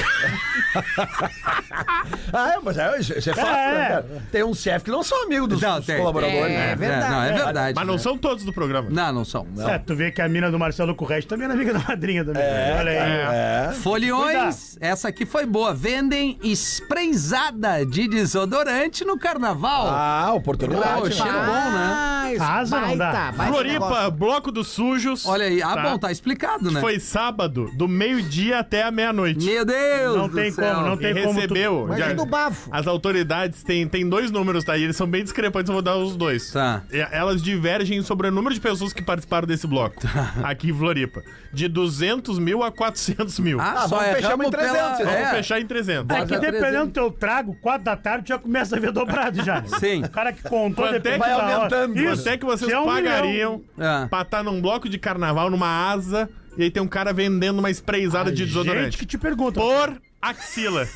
Speaker 3: Ah, é, mas é, isso é fácil, né, cara? Tem um chefe que não são amigos dos,
Speaker 1: Não,
Speaker 3: dos
Speaker 1: tem-
Speaker 3: colaboradores.
Speaker 5: É,
Speaker 3: né?
Speaker 5: verdade.
Speaker 1: não, é verdade.
Speaker 2: Mas não
Speaker 1: né?
Speaker 2: são todos do programa.
Speaker 1: Não, não são. Não.
Speaker 6: É, tu vê que a mina do Marcelo Correia também é amiga da madrinha também. Olha aí.
Speaker 3: É.
Speaker 1: Foliões, essa aqui foi boa. Vendem sprayzada de desodorante no carnaval.
Speaker 3: Ah,
Speaker 1: Pô,
Speaker 3: oportunidade.
Speaker 1: cheiro bom, né?
Speaker 5: Mas
Speaker 6: Asa não dá.
Speaker 5: baita, baita
Speaker 2: Floripa,
Speaker 5: negócio. Bloco
Speaker 2: Bloco dos Sujos.
Speaker 1: Olha aí. Ah,
Speaker 2: Tá.
Speaker 1: bom, tá explicado, né?
Speaker 2: Foi sábado, do meio-dia até a meia-noite.
Speaker 1: Meu Deus!
Speaker 6: Não
Speaker 1: do
Speaker 6: tem
Speaker 1: céu.
Speaker 6: como, não
Speaker 2: E
Speaker 6: tem como.
Speaker 2: recebeu.
Speaker 5: Mas
Speaker 2: já-
Speaker 5: é do bafo.
Speaker 2: As autoridades têm, têm dois números, tá? E eles são bem discrepantes, eu vou dar os dois.
Speaker 1: Tá.
Speaker 2: E Elas divergem sobre o número de pessoas que participaram desse bloco.
Speaker 1: Tá.
Speaker 2: Aqui em Floripa. De 200 mil a 400 mil.
Speaker 1: Ah,
Speaker 3: Ah,
Speaker 1: só
Speaker 3: vamos fechar
Speaker 1: erramos
Speaker 3: em 300,
Speaker 1: pela...
Speaker 3: vamos
Speaker 2: Vamos
Speaker 1: é.
Speaker 2: fechar em 300.
Speaker 6: É que dependendo do teu trago, quatro da tarde já começa a ver dobrado já.
Speaker 1: Sim.
Speaker 6: O cara que contou
Speaker 2: Quanto é
Speaker 6: depende
Speaker 2: que
Speaker 3: vai
Speaker 6: da hora.
Speaker 3: aumentando?
Speaker 6: Isso.
Speaker 2: Quanto é que vocês
Speaker 6: Se é um
Speaker 2: pagariam
Speaker 1: milhão. É.
Speaker 2: pra estar num bloco de carnaval, numa asa, e aí tem um cara vendendo uma sprayzada de
Speaker 6: Gente
Speaker 2: desodorante?
Speaker 6: que te pergunta.
Speaker 2: Por axila.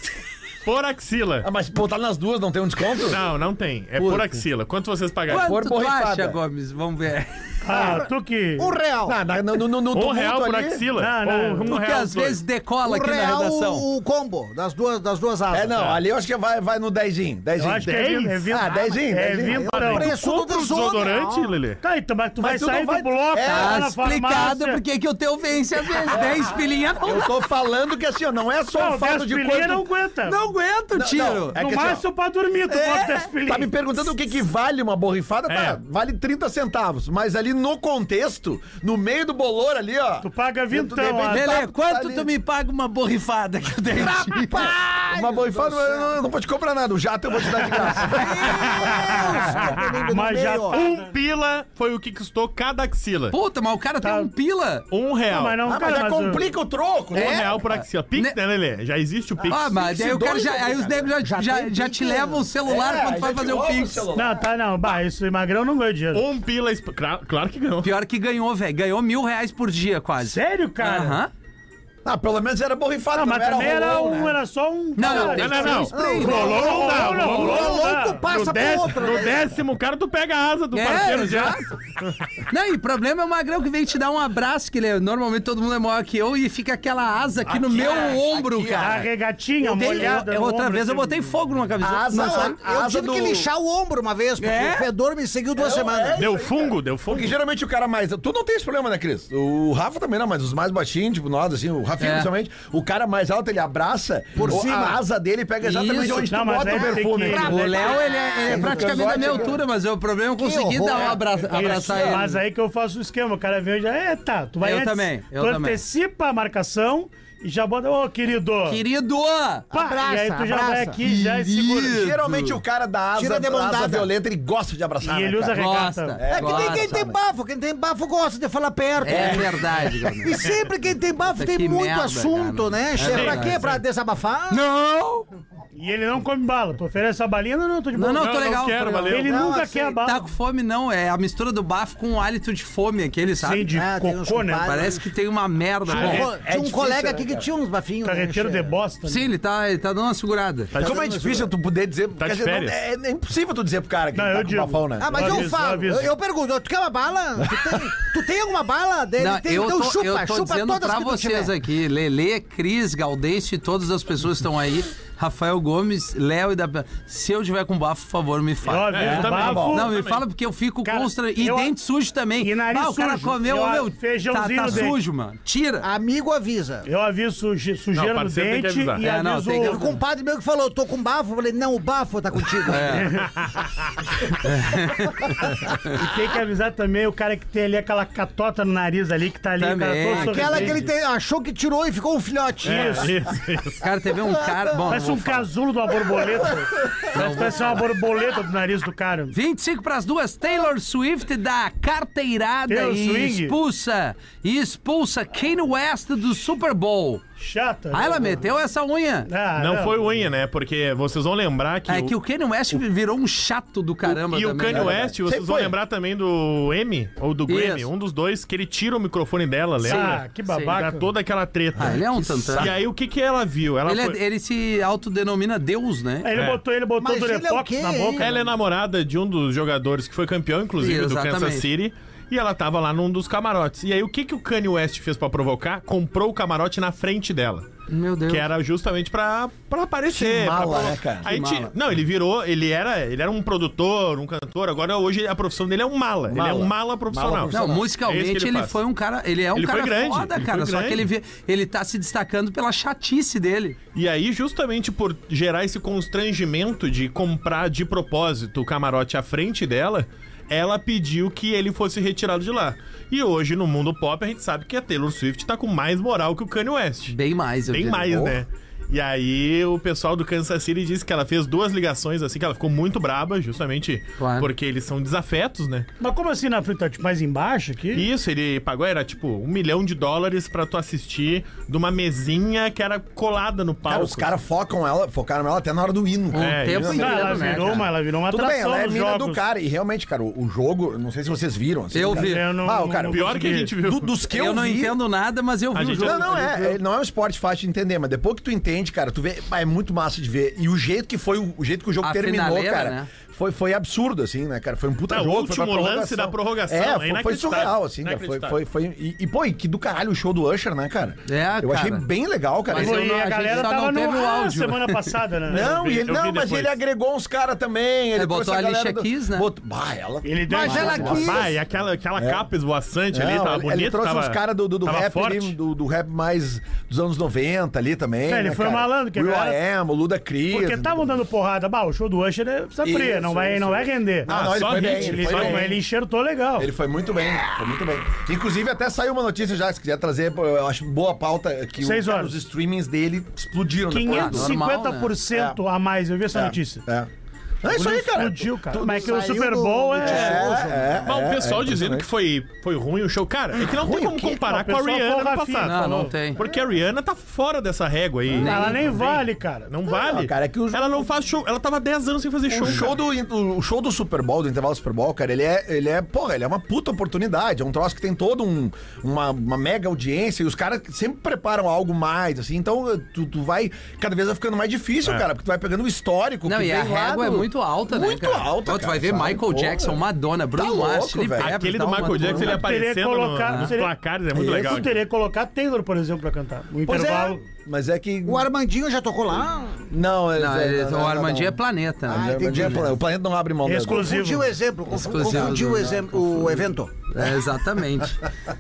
Speaker 2: Por axila.
Speaker 3: Ah, mas botar nas duas não tem um desconto?
Speaker 2: Não, não tem. É por
Speaker 1: Puta.
Speaker 2: axila. Quanto vocês pagariam?
Speaker 1: Quanto tu
Speaker 3: borrifada.
Speaker 1: acha, Gomes? Vamos ver.
Speaker 6: Ah, tu que...
Speaker 5: Um real.
Speaker 3: Ah, na- no, no, no, no
Speaker 2: Um
Speaker 3: tumulto
Speaker 2: real por
Speaker 3: ali.
Speaker 2: axila?
Speaker 6: Não, não.
Speaker 2: Ou um
Speaker 1: Porque
Speaker 2: real
Speaker 1: às
Speaker 2: os dois?
Speaker 1: vezes decola
Speaker 5: um
Speaker 1: aqui na
Speaker 5: real
Speaker 1: redação.
Speaker 5: o combo das duas, das duas asas.
Speaker 3: É, não, ali eu acho que vai, vai no dezinho.
Speaker 6: Eu
Speaker 3: dezinho.
Speaker 6: acho que é
Speaker 2: Dez?
Speaker 6: vin- é vinte.
Speaker 3: Ah, dezinho,
Speaker 6: É
Speaker 3: dezinho.
Speaker 6: vintão.
Speaker 5: Preço do
Speaker 2: Compra o
Speaker 5: tesouro,
Speaker 2: desodorante,
Speaker 5: não.
Speaker 2: Lelê?
Speaker 6: Tá, então, mas tu vai
Speaker 3: Mas tu não
Speaker 6: sair
Speaker 3: vai-
Speaker 6: do bloco,
Speaker 3: É,
Speaker 6: tá
Speaker 1: Tá
Speaker 6: na
Speaker 1: explicado
Speaker 6: farmácia.
Speaker 1: porque que o teu vence a vez. 10 pilinha não,
Speaker 3: Eu tô falando que assim, ó, não é só
Speaker 6: Não,
Speaker 3: o fato de
Speaker 6: pilinha
Speaker 3: quanto...
Speaker 6: não aguenta.
Speaker 1: não aguento,
Speaker 3: não,
Speaker 1: tiro.
Speaker 3: é
Speaker 6: no
Speaker 3: que assim, ó,
Speaker 6: máximo pra dormir, tu bota 10 pilinha.
Speaker 3: Tá me perguntando o que, que vale uma borrifada?
Speaker 2: É.
Speaker 3: Tá, vale 30 centavos. Mas ali no contexto, no meio do bolor ali, ó.
Speaker 6: Tu paga vintão.
Speaker 3: De repente-
Speaker 6: ah,
Speaker 1: Lelê,
Speaker 3: tá- tá
Speaker 1: quanto
Speaker 3: ali.
Speaker 1: tu me paga uma borrifada que eu dei?
Speaker 3: uma borrifada, eu não, eu não vou te comprar nada. O jato eu vou te dar de graça.
Speaker 5: Deus,
Speaker 6: Mas já- tá
Speaker 2: Um pila foi o que custou cada axila.
Speaker 1: Puta, mas o cara tem um pila.
Speaker 2: Um real.
Speaker 6: Não, tá, mas não,
Speaker 3: ah, mas
Speaker 6: cara,
Speaker 3: já
Speaker 6: mas, uh,
Speaker 3: complica o troco,
Speaker 2: Um
Speaker 3: né?
Speaker 2: real por axila. Pix,
Speaker 1: É. Ne-
Speaker 2: né, Lelê? Já existe o Pix.
Speaker 1: Ah, mas aí, o cara
Speaker 3: dois,
Speaker 1: já, aí os negros já, já,
Speaker 5: tem
Speaker 1: já
Speaker 5: pix,
Speaker 1: te
Speaker 5: né?
Speaker 1: levam o celular
Speaker 3: É,
Speaker 1: quando tu vai
Speaker 3: já
Speaker 1: fazer
Speaker 3: te
Speaker 1: o
Speaker 3: rouba
Speaker 1: Pix.
Speaker 3: celular.
Speaker 6: Não, tá não. Bah, isso em magrão não ganha dinheiro.
Speaker 2: Um pila. exp- Cra- Claro que ganhou.
Speaker 1: Pior que ganhou, velho. Ganhou mil reais por dia, quase.
Speaker 6: Sério, cara?
Speaker 1: Aham.
Speaker 3: Ah, pelo menos era borrifado,
Speaker 6: Ah, mas também era,
Speaker 3: rolão,
Speaker 6: um,
Speaker 3: né?
Speaker 6: era só um.
Speaker 1: Não, não,
Speaker 2: Não,
Speaker 1: tem
Speaker 2: não,
Speaker 1: que ser
Speaker 2: não.
Speaker 1: um spray, né?
Speaker 2: Rolou, não dá.
Speaker 6: Rolou, não,
Speaker 2: Rolou,
Speaker 6: rolou, um,
Speaker 2: não
Speaker 1: um,
Speaker 2: dá.
Speaker 5: tu passa
Speaker 2: No
Speaker 5: pro
Speaker 2: décimo-
Speaker 5: outro,
Speaker 2: No
Speaker 5: né?
Speaker 2: décimo cara, tu pega a asa do
Speaker 1: É,
Speaker 2: parceiro já.
Speaker 1: exato. Não, e o problema é o magrão que vem te dar um abraço, que ele é- normalmente todo mundo é maior que eu, e fica aquela asa aqui, no
Speaker 3: Aqui,
Speaker 1: meu
Speaker 3: ó,
Speaker 1: ombro,
Speaker 3: aqui, ó.
Speaker 6: A
Speaker 1: cara.
Speaker 6: regatinha,
Speaker 1: Eu tenho-
Speaker 6: molhada.
Speaker 1: eu-
Speaker 6: no
Speaker 1: outra
Speaker 6: ombro,
Speaker 1: vez eu
Speaker 6: assim.
Speaker 1: botei fogo numa camiseta.
Speaker 3: A asa-
Speaker 1: Não,
Speaker 5: Não,
Speaker 1: sabe?
Speaker 3: a
Speaker 5: eu
Speaker 3: asa
Speaker 5: tive
Speaker 3: do-
Speaker 5: que lixar o ombro uma vez, porque
Speaker 1: É?
Speaker 5: o fedor me seguiu duas
Speaker 3: É,
Speaker 5: semanas.
Speaker 3: é.
Speaker 2: Deu fungo, deu fungo.
Speaker 3: Porque geralmente o cara mais. Tu não tem esse problema, né, Cris? O Rafa também não, mas os mais baixinhos, tipo nós, assim, o Rafinha
Speaker 1: É.
Speaker 3: principalmente, o cara mais alto, ele abraça, Por
Speaker 5: cima.
Speaker 3: a asa dele pega exatamente
Speaker 1: Isso.
Speaker 3: onde tu
Speaker 6: Não, mas
Speaker 3: bota
Speaker 6: é
Speaker 3: o
Speaker 6: que tem
Speaker 3: perfume.
Speaker 6: que-
Speaker 1: O Léo, ele é, ele é
Speaker 3: Ah,
Speaker 1: praticamente da minha
Speaker 3: cangote, né?
Speaker 1: altura, mas o problema é eu consegui
Speaker 5: horror,
Speaker 1: dar um abraço, abraçar
Speaker 6: Isso,
Speaker 1: ele.
Speaker 6: Mas aí que eu faço o esquema. O cara vem e já. É, tá. Tu vai
Speaker 1: Eu
Speaker 6: antes.
Speaker 1: também, eu
Speaker 6: tu
Speaker 1: também.
Speaker 6: antecipa a marcação e já bota. Ô, querido.
Speaker 1: Querido!
Speaker 6: Pá, e aí
Speaker 5: Abraça,
Speaker 6: tu já vai
Speaker 5: abraça.
Speaker 6: aqui já é e segura.
Speaker 3: Geralmente o cara da asa,
Speaker 5: Tira de
Speaker 3: da asa
Speaker 5: bandada.
Speaker 3: violeta, ele gosta de abraçar.
Speaker 6: E
Speaker 3: né,
Speaker 6: ele usa
Speaker 3: cara?
Speaker 1: Gosta.
Speaker 6: regata.
Speaker 5: É que
Speaker 1: Gosta,
Speaker 5: tem quem tem
Speaker 1: né?
Speaker 5: bafo, quem tem bafo gosta de falar perto.
Speaker 1: É verdade, Gabriel.
Speaker 5: E sempre quem tem bafo
Speaker 1: Puta,
Speaker 5: tem
Speaker 1: que
Speaker 5: muito
Speaker 1: merda, cara.
Speaker 5: assunto, né?
Speaker 1: É
Speaker 5: pra
Speaker 1: verdade,
Speaker 5: quê? Pra desabafar?
Speaker 1: Não!
Speaker 6: E ele não come bala. Tu oferece a balinha, não, não, tô de boa.
Speaker 1: Não, não, tô legal.
Speaker 2: quero,
Speaker 1: tô legal.
Speaker 2: valeu.
Speaker 6: Ele
Speaker 5: Não,
Speaker 6: nunca
Speaker 5: assim,
Speaker 6: quer a
Speaker 1: Tá
Speaker 6: bala.
Speaker 1: com fome, não. É a mistura do bafo com o hálito de fome aquele, sabe?
Speaker 6: Sem de Ah,
Speaker 5: Ah, tem uns
Speaker 6: cocô, né? é
Speaker 5: compadres.
Speaker 1: Parece que tem uma merda.
Speaker 5: Pô,
Speaker 1: né?
Speaker 5: tinha um
Speaker 3: difícil,
Speaker 5: colega
Speaker 3: né,
Speaker 5: aqui que
Speaker 3: cara?
Speaker 5: tinha uns bafinhos. né,
Speaker 6: Carreteiro de
Speaker 5: chefe?
Speaker 6: bosta. né?
Speaker 1: Sim, ele tá, ele tá dando uma segurada.
Speaker 3: Mas como é difícil tu poder dizer.
Speaker 2: Tá
Speaker 3: quer
Speaker 2: de
Speaker 3: dizer, não-
Speaker 2: férias.
Speaker 3: é, é impossível tu dizer pro cara que
Speaker 6: Não,
Speaker 3: ele
Speaker 6: eu
Speaker 3: tá
Speaker 6: digo.
Speaker 3: com bafão, né?
Speaker 5: Ah, mas
Speaker 6: Eu
Speaker 5: eu
Speaker 6: aviso, eu
Speaker 5: falo.
Speaker 6: aviso.
Speaker 5: Eu, eu pergunto, tu quer uma bala? Tu tem, tu tem alguma bala? Dele?
Speaker 1: Não,
Speaker 5: tem,
Speaker 1: eu,
Speaker 5: então
Speaker 1: tô,
Speaker 5: chupa,
Speaker 1: eu tô
Speaker 5: chupa
Speaker 1: dizendo
Speaker 5: todas
Speaker 1: pra
Speaker 5: que tu
Speaker 1: vocês
Speaker 5: tiver.
Speaker 1: aqui, Lele, Cris, Gaudêncio e todas as pessoas que estão aí, Rafael Gomes, Léo e da... Se eu tiver com bafo, por favor, me
Speaker 6: Eu
Speaker 1: fala.
Speaker 6: aviso,
Speaker 2: É, também.
Speaker 6: bafo.
Speaker 1: Não, me
Speaker 2: também.
Speaker 1: fala porque eu fico
Speaker 6: Cara,
Speaker 1: constrangido. E
Speaker 6: eu-
Speaker 1: dente sujo também.
Speaker 6: E nariz
Speaker 1: ah, o cara
Speaker 6: sujo.
Speaker 1: comeu,
Speaker 6: Eu-
Speaker 1: meu, tá,
Speaker 6: feijãozinho
Speaker 1: tá
Speaker 6: no dente.
Speaker 1: sujo, mano. Tira.
Speaker 5: Amigo avisa.
Speaker 6: Eu aviso suje- sujeira
Speaker 2: Não,
Speaker 6: no
Speaker 2: parceiro tem que
Speaker 6: dente
Speaker 2: avisar.
Speaker 6: e
Speaker 1: É, não,
Speaker 6: aviso
Speaker 1: tem que-
Speaker 5: O compadre meu que falou, tô com bafo. Eu falei, não, o bafo tá contigo.
Speaker 6: É.
Speaker 1: É.
Speaker 6: E tem que avisar também o cara que tem ali aquela catota no nariz ali, que tá ali, o
Speaker 1: Também.
Speaker 6: cara todo
Speaker 5: Aquela que
Speaker 6: sorridente. É,
Speaker 5: ele te- achou que tirou e ficou um filhote.
Speaker 6: Isso.
Speaker 2: Isso, isso.
Speaker 1: Cara, teve um cara... Bom,
Speaker 6: Parece
Speaker 1: não
Speaker 6: um
Speaker 1: vou falar.
Speaker 6: casulo de uma borboleta. Parece, parece uma borboleta do nariz do cara.
Speaker 1: 25 pras duas, Taylor Swift dá carteirada
Speaker 6: Taylor
Speaker 1: e
Speaker 6: Swing.
Speaker 1: expulsa e expulsa Kanye West do Super Bowl.
Speaker 6: Chata. né,
Speaker 1: Ah, ela meteu essa unha.
Speaker 6: Ah,
Speaker 2: Não foi unha, né? Porque vocês vão lembrar que.
Speaker 1: É que o Kanye West virou um chato do caramba
Speaker 2: E o
Speaker 1: também.
Speaker 2: Kanye
Speaker 1: né?
Speaker 2: West, vocês
Speaker 3: Sempre
Speaker 2: vão
Speaker 3: foi.
Speaker 2: lembrar também do M ou do Grammy,
Speaker 1: Isso.
Speaker 2: um dos dois, que ele tira o microfone dela,
Speaker 6: Ah,
Speaker 2: lembra?
Speaker 6: que
Speaker 2: Dá
Speaker 6: babaca.
Speaker 2: toda aquela treta.
Speaker 1: Ah, ele é um tantã.
Speaker 2: E aí o que que ela viu? Ela,
Speaker 1: Ele, é-
Speaker 2: foi-
Speaker 1: ele se autodenomina Deus, né?
Speaker 6: Ele
Speaker 2: É.
Speaker 6: botou, ele botou
Speaker 5: Mas ele é o
Speaker 6: Durepox
Speaker 5: quê,
Speaker 6: na
Speaker 5: hein?
Speaker 6: boca.
Speaker 2: ela é namorada de um dos jogadores que foi campeão, inclusive, do Kansas
Speaker 1: Exatamente.
Speaker 2: City. E ela tava lá num dos camarotes. E aí o que que o Kanye West fez pra provocar? Comprou o camarote na frente dela.
Speaker 1: É, Meu Deus.
Speaker 2: Que é era justamente pra, pra aparecer.
Speaker 3: Que mala,
Speaker 2: pra provo-
Speaker 3: né, cara?
Speaker 2: Aí
Speaker 1: Que
Speaker 2: ti-
Speaker 1: mala.
Speaker 2: Não, ele virou, ele era, ele era um produtor, um cantor, agora hoje a profissão dele é um mala. Ele é um mala profissional.
Speaker 1: Não,
Speaker 2: É isso
Speaker 1: musicalmente
Speaker 2: que
Speaker 1: ele,
Speaker 2: faz.
Speaker 1: foi um cara. Ele é um
Speaker 2: Ele foi
Speaker 1: cara
Speaker 2: grande,
Speaker 1: foda,
Speaker 2: ele
Speaker 1: cara.
Speaker 2: foi
Speaker 1: Só que ele,
Speaker 2: grande.
Speaker 1: vê- ele tá se destacando pela chatice dele.
Speaker 2: E aí, justamente por gerar esse constrangimento de comprar de propósito o camarote à frente dela, ela pediu que ele fosse retirado de lá. E hoje, no mundo pop, a gente sabe que a Taylor Swift tá com mais moral que o Kanye West.
Speaker 1: Bem mais, eu
Speaker 2: Bem
Speaker 1: diria.
Speaker 2: mais, né? E aí o pessoal do Kansas City disse que ela fez duas ligações assim, que ela ficou muito braba, justamente
Speaker 1: Claro.
Speaker 2: porque eles são desafetos, né?
Speaker 6: Mas como assim na frente? Tá tipo, mais embaixo aqui?
Speaker 2: E Isso, ele pagou, era tipo um milhão de dólares pra tu assistir de uma mesinha que era colada no palco.
Speaker 3: Cara, os caras focam ela, focaram ela até na hora do hino.
Speaker 1: Um
Speaker 3: cara.
Speaker 2: É,
Speaker 1: tempo
Speaker 2: isso.
Speaker 6: Não,
Speaker 1: inteiro,
Speaker 6: Tá, ela
Speaker 1: né?
Speaker 6: virou
Speaker 1: cara?
Speaker 6: uma, ela virou uma
Speaker 3: Tudo bem,
Speaker 6: atração
Speaker 3: ela é a
Speaker 6: nos
Speaker 3: mina
Speaker 6: jogos.
Speaker 3: do cara. E realmente, cara, o, o jogo, não sei se vocês viram. assim,
Speaker 1: Eu
Speaker 3: cara,
Speaker 1: vi.
Speaker 6: Eu não,
Speaker 3: Ah, o cara,
Speaker 6: não
Speaker 2: Pior que a
Speaker 6: consegui.
Speaker 2: gente viu.
Speaker 3: do- dos que eu,
Speaker 1: Eu não
Speaker 3: vi,
Speaker 1: entendo nada, mas eu
Speaker 2: A
Speaker 1: vi o
Speaker 2: gente-
Speaker 1: jogo.
Speaker 3: Não, não é. é, Não é um esporte fácil de entender, mas depois que tu entende, cara, tu vê. É muito massa de ver. E o jeito que foi, o o jeito que o jogo
Speaker 1: A
Speaker 3: terminou,
Speaker 1: finaleira,
Speaker 3: cara,
Speaker 1: né?
Speaker 3: foi, foi absurdo, assim, né, cara? Foi um puta
Speaker 2: É, o
Speaker 3: jogo. foi pra
Speaker 2: último lance da prorrogação, é
Speaker 3: É, foi, foi
Speaker 2: inacreditável.
Speaker 3: surreal, assim, cara. Foi, foi, foi, e, e, pô, e que do caralho o show do Usher, né, cara?
Speaker 1: É,
Speaker 3: Eu achei
Speaker 1: cara.
Speaker 3: bem legal, cara.
Speaker 1: Mas
Speaker 6: Pô,
Speaker 1: eu
Speaker 6: e
Speaker 1: não- a
Speaker 6: a
Speaker 1: gente
Speaker 6: galera
Speaker 1: só
Speaker 6: tava
Speaker 1: não
Speaker 6: no
Speaker 1: teve o
Speaker 6: ar
Speaker 1: áudio.
Speaker 6: semana passada, né?
Speaker 3: Não,
Speaker 2: vi-
Speaker 3: e
Speaker 2: eu
Speaker 3: ele,
Speaker 2: vi
Speaker 3: não mas
Speaker 2: depois.
Speaker 3: ele agregou uns caras também. Ele
Speaker 1: É, botou
Speaker 3: trouxe
Speaker 1: a Alicia
Speaker 3: galera do-
Speaker 1: Keys, né?
Speaker 3: botou- Bah, ela.
Speaker 6: Ele deu
Speaker 5: Mas
Speaker 6: uma-
Speaker 5: ela
Speaker 6: uma-
Speaker 5: quis.
Speaker 2: Bah, e aquela, aquela capa esvoaçante ali,
Speaker 3: Não,
Speaker 2: tava
Speaker 3: É. ele,
Speaker 2: bonito.
Speaker 3: ele trouxe
Speaker 2: tava,
Speaker 3: uns caras do, do, do
Speaker 2: tava
Speaker 3: rap
Speaker 2: forte.
Speaker 3: ali, um do, do rap mais dos anos 90 ali também. né,
Speaker 6: É, ele foi
Speaker 3: cara?
Speaker 6: malandro, que
Speaker 3: Will
Speaker 6: agora-
Speaker 3: I Am, o Luda Cris.
Speaker 6: Porque tá estavam dando porrada. Bah, o show do Usher é precisa fria,
Speaker 3: Isso,
Speaker 6: não vai, não vai render.
Speaker 3: Não, não, ele
Speaker 2: só
Speaker 3: foi bem,
Speaker 2: hit,
Speaker 3: ele
Speaker 6: Ah, ele,
Speaker 3: foi
Speaker 6: não,
Speaker 3: bem.
Speaker 6: ele enxertou legal.
Speaker 3: Ele foi muito bem, foi muito bem. Inclusive, até saiu uma notícia já, se quiser trazer, pô, eu acho boa pauta, que o-
Speaker 6: Seis horas.
Speaker 3: os streamings dele explodiram depois.
Speaker 6: 550%
Speaker 1: normal,
Speaker 6: né? a mais, eu vi essa
Speaker 3: É,
Speaker 6: notícia.
Speaker 3: é. É isso aí, cara.
Speaker 6: Explodiu, cara. Mas é que o
Speaker 5: saiu
Speaker 6: Super
Speaker 5: do-
Speaker 6: Bowl
Speaker 5: do
Speaker 6: é.
Speaker 2: Mas o
Speaker 3: é
Speaker 2: pessoal dizendo que foi, foi ruim o show. Cara, é que não tem como comparar
Speaker 6: Não,
Speaker 2: com a
Speaker 6: o pessoal
Speaker 2: Rihanna
Speaker 6: foi
Speaker 2: no
Speaker 6: o Rafinha.
Speaker 2: passado.
Speaker 6: Não,
Speaker 1: Ah, não
Speaker 2: Falou.
Speaker 1: tem.
Speaker 2: Porque a Rihanna tá fora dessa régua aí.
Speaker 6: Ela nem vale, cara.
Speaker 2: Não
Speaker 1: Ah,
Speaker 2: vale.
Speaker 3: cara, é que o-
Speaker 2: Ela não faz show. Ela tava 10 anos sem fazer show.
Speaker 3: O show, do, o show do Super Bowl, do intervalo do Super Bowl, cara, ele é, ele é, porra, ele é uma puta oportunidade. É um troço que tem todo um, uma, uma mega audiência e os caras sempre preparam algo mais, assim. Então, tu, tu vai, cada vez vai ficando mais difícil, cara, porque tu vai pegando o histórico.
Speaker 1: É. Não,
Speaker 3: que
Speaker 1: e a
Speaker 3: vem lá
Speaker 1: régua é
Speaker 3: do-
Speaker 1: muito alta, né?
Speaker 3: Muito
Speaker 1: cara?
Speaker 3: alta,
Speaker 1: Pô, Tu vai
Speaker 3: cara,
Speaker 1: ver
Speaker 3: sabe?
Speaker 1: Michael
Speaker 3: Porra.
Speaker 1: Jackson, Madonna, Bruno
Speaker 3: louco,
Speaker 1: Mars, Chili
Speaker 3: velho.
Speaker 1: Peppers,
Speaker 2: Tá Aquele do
Speaker 1: tá uma
Speaker 2: Michael
Speaker 1: turma.
Speaker 2: Jackson, ele é
Speaker 6: Teria
Speaker 2: aparecendo
Speaker 6: colocado-
Speaker 2: no, nos
Speaker 6: teria-
Speaker 2: placares, é muito
Speaker 6: Eu
Speaker 2: legal.
Speaker 6: teria colocado Taylor, por exemplo, pra cantar. No
Speaker 3: Pois
Speaker 6: intervalo.
Speaker 3: é, mas é que.
Speaker 5: O Armandinho já tocou lá.
Speaker 3: Não, é,
Speaker 1: Não,
Speaker 3: é,
Speaker 1: ele- o
Speaker 3: não, não,
Speaker 1: Armandinho é
Speaker 3: não.
Speaker 1: planeta, né?
Speaker 3: O
Speaker 5: Ah,
Speaker 3: Armandinho é
Speaker 5: entendi.
Speaker 3: plano- O planeta não abre mão né?
Speaker 6: Exclusivo.
Speaker 5: Confundiu o exemplo.
Speaker 1: Exclusivo né?
Speaker 5: Confundiu
Speaker 1: do-
Speaker 5: o, exemplo, o evento.
Speaker 1: É, exatamente.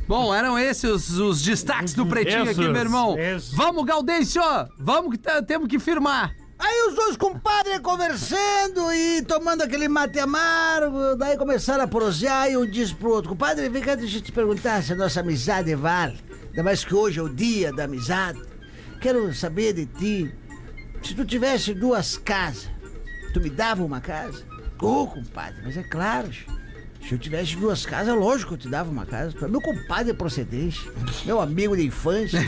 Speaker 1: Bom, eram esses os destaques do Pretinho aqui,
Speaker 2: Esses,
Speaker 1: meu irmão.
Speaker 6: esses.
Speaker 1: Vamos, Gaudêncio! Vamos que tá- temos que firmar.
Speaker 5: Aí os dois compadres conversando e tomando aquele mate amargo, daí começaram a prosear e um disse pro outro, compadre, vem cá, deixa eu te perguntar se a nossa amizade vale, ainda mais que hoje é o dia da amizade. Quero saber de ti, se tu tivesse duas casas, tu me dava uma casa? Ô, compadre, mas é claro, che. se eu tivesse duas casas, lógico que eu te dava uma casa. Tu é meu compadre procedente, meu amigo de infância,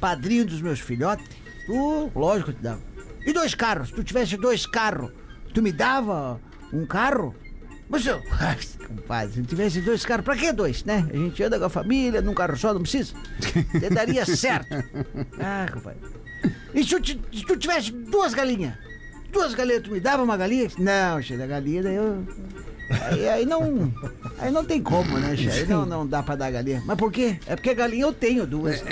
Speaker 5: padrinho dos meus filhotes. Tu, lógico que eu te dava. E dois carros, se tu tivesse dois carros, tu me dava um carro? Mas eu, compadre, se eu tivesse dois carros, pra que dois, né? A gente anda com a família, num carro só, não precisa. Te daria certo. Ah, compadre. E se, eu ti- se tu tivesse duas galinhas? Duas galinhas, tu me dava uma galinha? Não, cheio da galinha, daí eu. Aí, aí não. Aí não tem como, né, cheio? Aí não, não dá pra dar galinha. Mas por quê? É porque galinha eu tenho duas.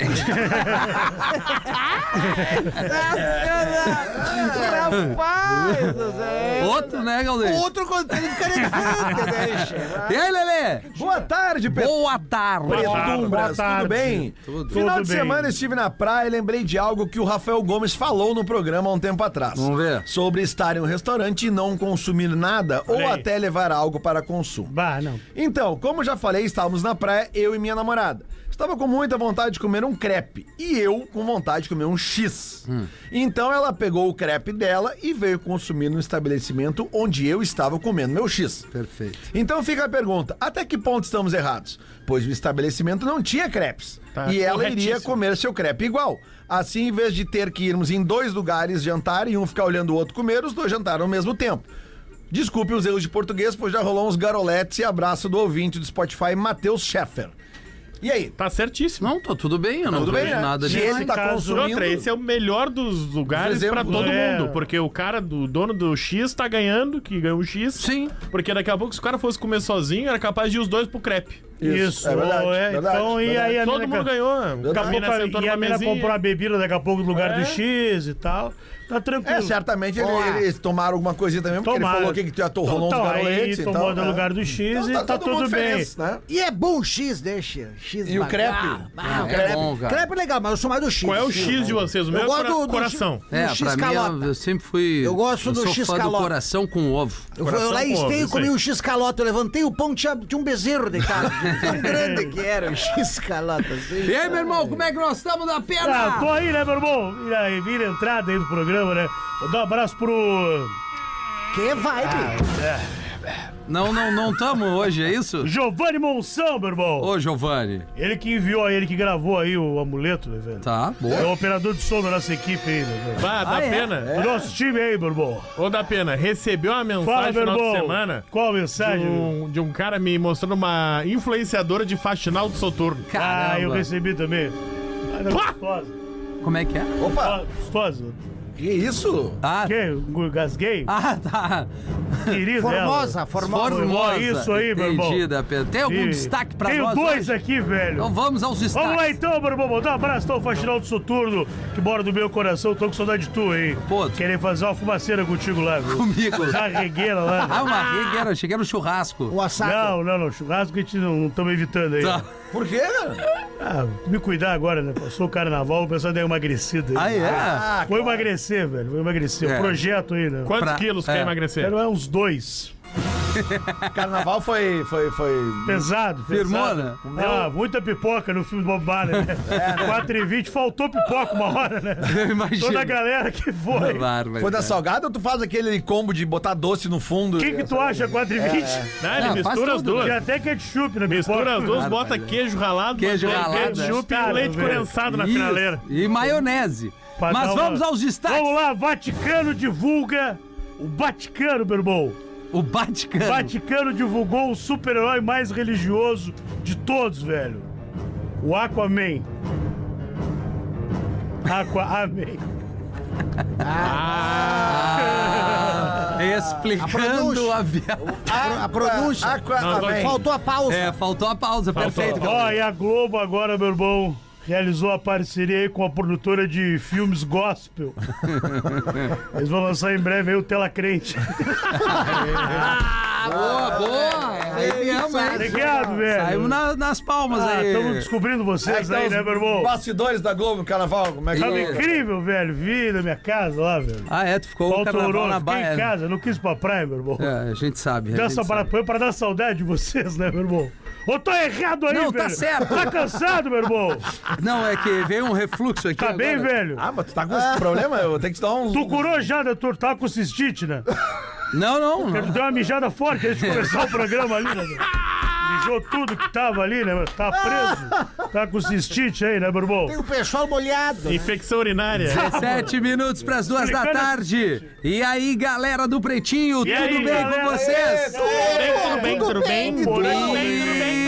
Speaker 5: Rapaz do céu.
Speaker 1: Outro, né, Gaudêncio?
Speaker 5: Outro conteúdo interessante, né, chefe?
Speaker 1: E aí, Lelê?
Speaker 3: Boa tarde, pessoal.
Speaker 1: Boa tarde.
Speaker 6: Boa tarde,
Speaker 3: Pretumbras,
Speaker 6: boa tarde.
Speaker 3: tudo bem?
Speaker 1: Tudo.
Speaker 3: Final
Speaker 6: Tudo
Speaker 3: de
Speaker 6: bem.
Speaker 3: semana estive na praia e lembrei de algo que o Rafael Gomes falou no programa há um tempo atrás.
Speaker 1: Vamos ver.
Speaker 3: Sobre estar em um restaurante e não consumir nada ou
Speaker 6: aí.
Speaker 3: até levar algo para consumo.
Speaker 6: Bah, não.
Speaker 3: Então, como já falei, estávamos na praia, eu e minha namorada. Estava com muita vontade de comer um crepe e eu com vontade de comer um X. Então ela pegou o crepe dela e veio consumir no estabelecimento onde eu estava comendo meu X.
Speaker 1: Perfeito.
Speaker 3: Então fica a pergunta: até que ponto estamos errados? Pois o estabelecimento não tinha crepes.
Speaker 2: Tá
Speaker 3: e ela
Speaker 2: corretíssimo.
Speaker 3: iria comer seu crepe igual. Assim, em vez de ter que irmos em dois lugares jantar e um ficar olhando o outro comer, os dois jantaram ao mesmo tempo. Desculpe os erros de português, pois já rolou uns garoletes e abraço do ouvinte do Spotify, Matheus Scheffer. E aí?
Speaker 2: Tá certíssimo.
Speaker 1: Não, tô tudo bem, eu não
Speaker 3: Tudo
Speaker 1: vejo
Speaker 3: bem, né?
Speaker 1: nada
Speaker 3: Se
Speaker 1: de
Speaker 3: ele
Speaker 6: em
Speaker 3: tá
Speaker 6: casa.
Speaker 2: E
Speaker 3: consumindo.
Speaker 2: outra, esse é o melhor dos lugares
Speaker 3: Os
Speaker 2: pra
Speaker 3: exemplos,
Speaker 2: todo
Speaker 6: né?
Speaker 2: mundo. Porque o cara do dono do X tá ganhando, que ganhou o X.
Speaker 1: Sim.
Speaker 2: Porque daqui a pouco, se o cara fosse comer sozinho, era capaz de ir os dois pro crepe.
Speaker 6: Isso,
Speaker 3: é verdade,
Speaker 6: ou é,
Speaker 3: verdade,
Speaker 6: então, e
Speaker 3: verdade.
Speaker 6: aí a
Speaker 2: todo
Speaker 6: mina
Speaker 2: mundo
Speaker 6: can-
Speaker 2: ganhou.
Speaker 6: Daqui a
Speaker 2: Cabine
Speaker 6: pouco a-
Speaker 2: sentou
Speaker 6: e
Speaker 2: numa
Speaker 6: a mina
Speaker 2: mesinha.
Speaker 6: comprou a bebida daqui a pouco no lugar
Speaker 2: É.
Speaker 6: do X e tal. Tá tranquilo.
Speaker 3: É, certamente ele-
Speaker 5: Olá.
Speaker 3: eles tomaram alguma coisinha também, porque
Speaker 6: Tomaram.
Speaker 3: ele falou que, que já to- rolou uns
Speaker 6: Então, aí
Speaker 3: garoletes.
Speaker 6: tomou
Speaker 3: então,
Speaker 6: do
Speaker 3: né?
Speaker 6: lugar do X
Speaker 3: Então
Speaker 6: e tá,
Speaker 3: todo mundo
Speaker 6: tudo bem.
Speaker 3: feliz, né?
Speaker 5: E é bom o X, né, chefe? X
Speaker 3: E o
Speaker 5: bacana.
Speaker 3: crepe?
Speaker 5: Ah,
Speaker 1: Ah,
Speaker 5: o
Speaker 1: é
Speaker 5: crepe.
Speaker 1: bom, cara.
Speaker 5: Crepe é legal, mas eu sou mais do X.
Speaker 2: Qual é o X de vocês? O
Speaker 5: Eu
Speaker 2: meu é
Speaker 5: gosto
Speaker 2: cora-
Speaker 5: do- do
Speaker 2: coração.
Speaker 5: X-
Speaker 1: É,
Speaker 5: do
Speaker 1: pra mim, eu,
Speaker 5: X-calota.
Speaker 1: eu sempre fui.
Speaker 5: Eu gosto do
Speaker 1: sou fã do
Speaker 5: X-calota.
Speaker 1: coração com ovo.
Speaker 5: Eu, fui, eu lá em
Speaker 2: Coração com
Speaker 5: Esteio
Speaker 2: ovo,
Speaker 5: comi
Speaker 2: isso aí.
Speaker 5: um X-calota, eu levantei o pão, tinha, tinha um bezerro deitado. de Tão grande que era o X-calota. Assim.
Speaker 1: E aí, meu irmão, como é que nós estamos da
Speaker 6: Ah,
Speaker 1: perna?
Speaker 6: tô aí, né, meu irmão? E aí, vira a entrada aí do programa, né? Vou dar um abraço pro
Speaker 5: Que é vibe!
Speaker 1: Não, não, não tamo hoje, é isso?
Speaker 6: Giovanni Monção, meu irmão.
Speaker 1: Ô, Giovanni.
Speaker 6: Ele que enviou aí, ele que gravou aí o amuleto, né, velho?
Speaker 1: Tá,
Speaker 6: É
Speaker 1: boa.
Speaker 6: o operador de som da nossa equipe aí, né, velho?
Speaker 2: Bah, dá
Speaker 1: Ah, é?
Speaker 2: pena.
Speaker 6: O nosso time aí, meu irmão.
Speaker 2: Ô, dá pena. Recebeu uma
Speaker 6: Fala,
Speaker 2: mensagem
Speaker 6: meu
Speaker 2: no final
Speaker 6: irmão.
Speaker 2: de semana
Speaker 6: Qual a
Speaker 2: de
Speaker 6: mensagem?
Speaker 2: um, de um cara me mostrando uma influenciadora de faxinal do Soturno.
Speaker 1: Caramba.
Speaker 6: Ah, eu recebi também. Ah, não,
Speaker 2: Pá!
Speaker 6: gostosa.
Speaker 1: Como é que é?
Speaker 3: Opa,
Speaker 6: Ah, Gostosa.
Speaker 3: que isso?
Speaker 1: Ah,
Speaker 6: Que? Gasguei?
Speaker 1: ah tá.
Speaker 6: Querida
Speaker 5: Formosa,
Speaker 6: ela.
Speaker 5: formosa.
Speaker 1: Formosa.
Speaker 6: Isso aí, meu irmão.
Speaker 1: Entendi, da perna. Tem algum
Speaker 6: E
Speaker 1: destaque pra
Speaker 6: Tenho
Speaker 1: nós?
Speaker 6: dois
Speaker 1: hoje?
Speaker 6: aqui, velho.
Speaker 1: Então vamos aos destaques.
Speaker 6: Vamos lá então, meu irmão. Mandar um abraço ao Faxinal do Soturno, que mora do meu coração. Tô com saudade de tu, hein?
Speaker 1: Pô, tu-
Speaker 6: Querem fazer uma fumaceira contigo lá, viu?
Speaker 1: Comigo.
Speaker 6: Na regueira
Speaker 1: Ah,
Speaker 6: lá. né?
Speaker 1: uma regueira. Cheguei no churrasco.
Speaker 5: O assado.
Speaker 6: Não, não, não. Churrasco que a gente não estamos evitando aí.
Speaker 1: Tá.
Speaker 3: Por quê, cara?
Speaker 6: Ah, me cuidar agora, né? Passou o carnaval, o pessoal deu uma emagrecida
Speaker 1: Ah,
Speaker 6: aí.
Speaker 1: é?
Speaker 3: Ah,
Speaker 6: Vou emagrecer, velho. Vou emagrecer.
Speaker 1: É.
Speaker 6: O projeto aí, né?
Speaker 2: Quantos
Speaker 1: Pra-
Speaker 2: quilos
Speaker 1: é.
Speaker 2: quer emagrecer?
Speaker 6: Quero é uns dois.
Speaker 3: Carnaval foi. foi, foi...
Speaker 6: Pesado,
Speaker 1: Firmou,
Speaker 6: pesado.
Speaker 1: né?
Speaker 6: Ah, muita pipoca no filme do Bob Marley, né? 4h20, faltou pipoca uma hora, né?
Speaker 1: Eu imagino.
Speaker 6: Toda a galera que foi.
Speaker 1: Bárbaro.
Speaker 3: Foi da salgada ou tu faz aquele combo de botar doce no fundo? É,
Speaker 6: Quem É. que tu acha 4h20?
Speaker 2: Não, ele
Speaker 1: Não, faz
Speaker 2: Né, mistura as
Speaker 1: tudo,
Speaker 2: duas.
Speaker 6: Tinha até ketchup na
Speaker 2: Mistura as duas,
Speaker 1: Claro,
Speaker 2: bota
Speaker 1: velho.
Speaker 2: queijo ralado,
Speaker 1: Queijo
Speaker 2: manteiga,
Speaker 1: ralado,
Speaker 2: ketchup
Speaker 6: é.
Speaker 2: e leite
Speaker 6: Cara,
Speaker 2: condensado na
Speaker 1: Isso.
Speaker 2: finaleira.
Speaker 1: E maionese.
Speaker 6: Pra
Speaker 1: Mas
Speaker 6: dar uma-
Speaker 1: vamos aos destaques.
Speaker 6: Vamos lá, Vaticano divulga. O Vaticano, meu irmão.
Speaker 1: O Vaticano.
Speaker 6: O Vaticano divulgou o super-herói mais religioso de todos, velho. O Aquaman. Aquaman.
Speaker 1: Explicando
Speaker 5: Apronúncio.
Speaker 1: Ah, a viagem.
Speaker 2: Ah.
Speaker 5: A pronúncia.
Speaker 3: Aqua-
Speaker 2: Não,
Speaker 3: Aquaman.
Speaker 5: Faltou a pausa.
Speaker 1: É, faltou a pausa, perfeito.
Speaker 6: Ó, e a Globo agora, meu irmão, realizou a parceria aí com a produtora de filmes gospel. Eles vão lançar em breve aí o Tela Crente.
Speaker 1: Boa, boa. Aí viemos, hein?
Speaker 6: Obrigado, velho.
Speaker 1: Saímos na- nas palmas
Speaker 6: Ah,
Speaker 1: aí. tá
Speaker 6: estamos descobrindo
Speaker 3: É,
Speaker 6: vocês
Speaker 3: então,
Speaker 6: aí,
Speaker 3: os
Speaker 6: né, meu irmão?
Speaker 3: Bastidores da Globo, carnaval, como é que
Speaker 6: Tava
Speaker 1: Isso.
Speaker 6: incrível, velho. Vi na minha casa lá, velho.
Speaker 1: Ah, é, tu ficou o
Speaker 6: Falta
Speaker 1: carnaval
Speaker 6: horror,
Speaker 1: na
Speaker 6: fiquei
Speaker 1: baia. né?
Speaker 6: em casa, não quis ir pra praia, meu irmão.
Speaker 1: É, a gente sabe. a
Speaker 6: Deu
Speaker 1: gente
Speaker 6: essa
Speaker 1: sabe.
Speaker 6: para, pra dar saudade de vocês, né, meu irmão? Ou tô errado aí,
Speaker 1: Não,
Speaker 6: velho?
Speaker 1: tá certo.
Speaker 6: Tá cansado, meu irmão?
Speaker 1: Não, é que veio um refluxo aqui.
Speaker 6: Tá bem,
Speaker 1: agora.
Speaker 6: velho?
Speaker 3: Ah, mas tu tá com esse problema? Eu tenho que te dar um.
Speaker 6: Tu curou já da tua tá com cistite, né?
Speaker 1: Não, não. não.
Speaker 6: Tu deu uma mijada forte antes de começar o programa ali, né? velho? Mijou tudo que tava ali, né? meu? Tá preso. Tá com cistite aí, né, meu irmão?
Speaker 5: Tem o pessoal molhado.
Speaker 2: Infecção urinária.
Speaker 1: Sete minutos pras duas da
Speaker 6: Explicando-
Speaker 1: tarde. E aí, galera do Pretinho, tudo bem
Speaker 6: aí, galera?
Speaker 1: com vocês?
Speaker 3: É,
Speaker 2: Tudo bem, tudo bem, tudo bem, tudo bem, tudo bem, tudo bem.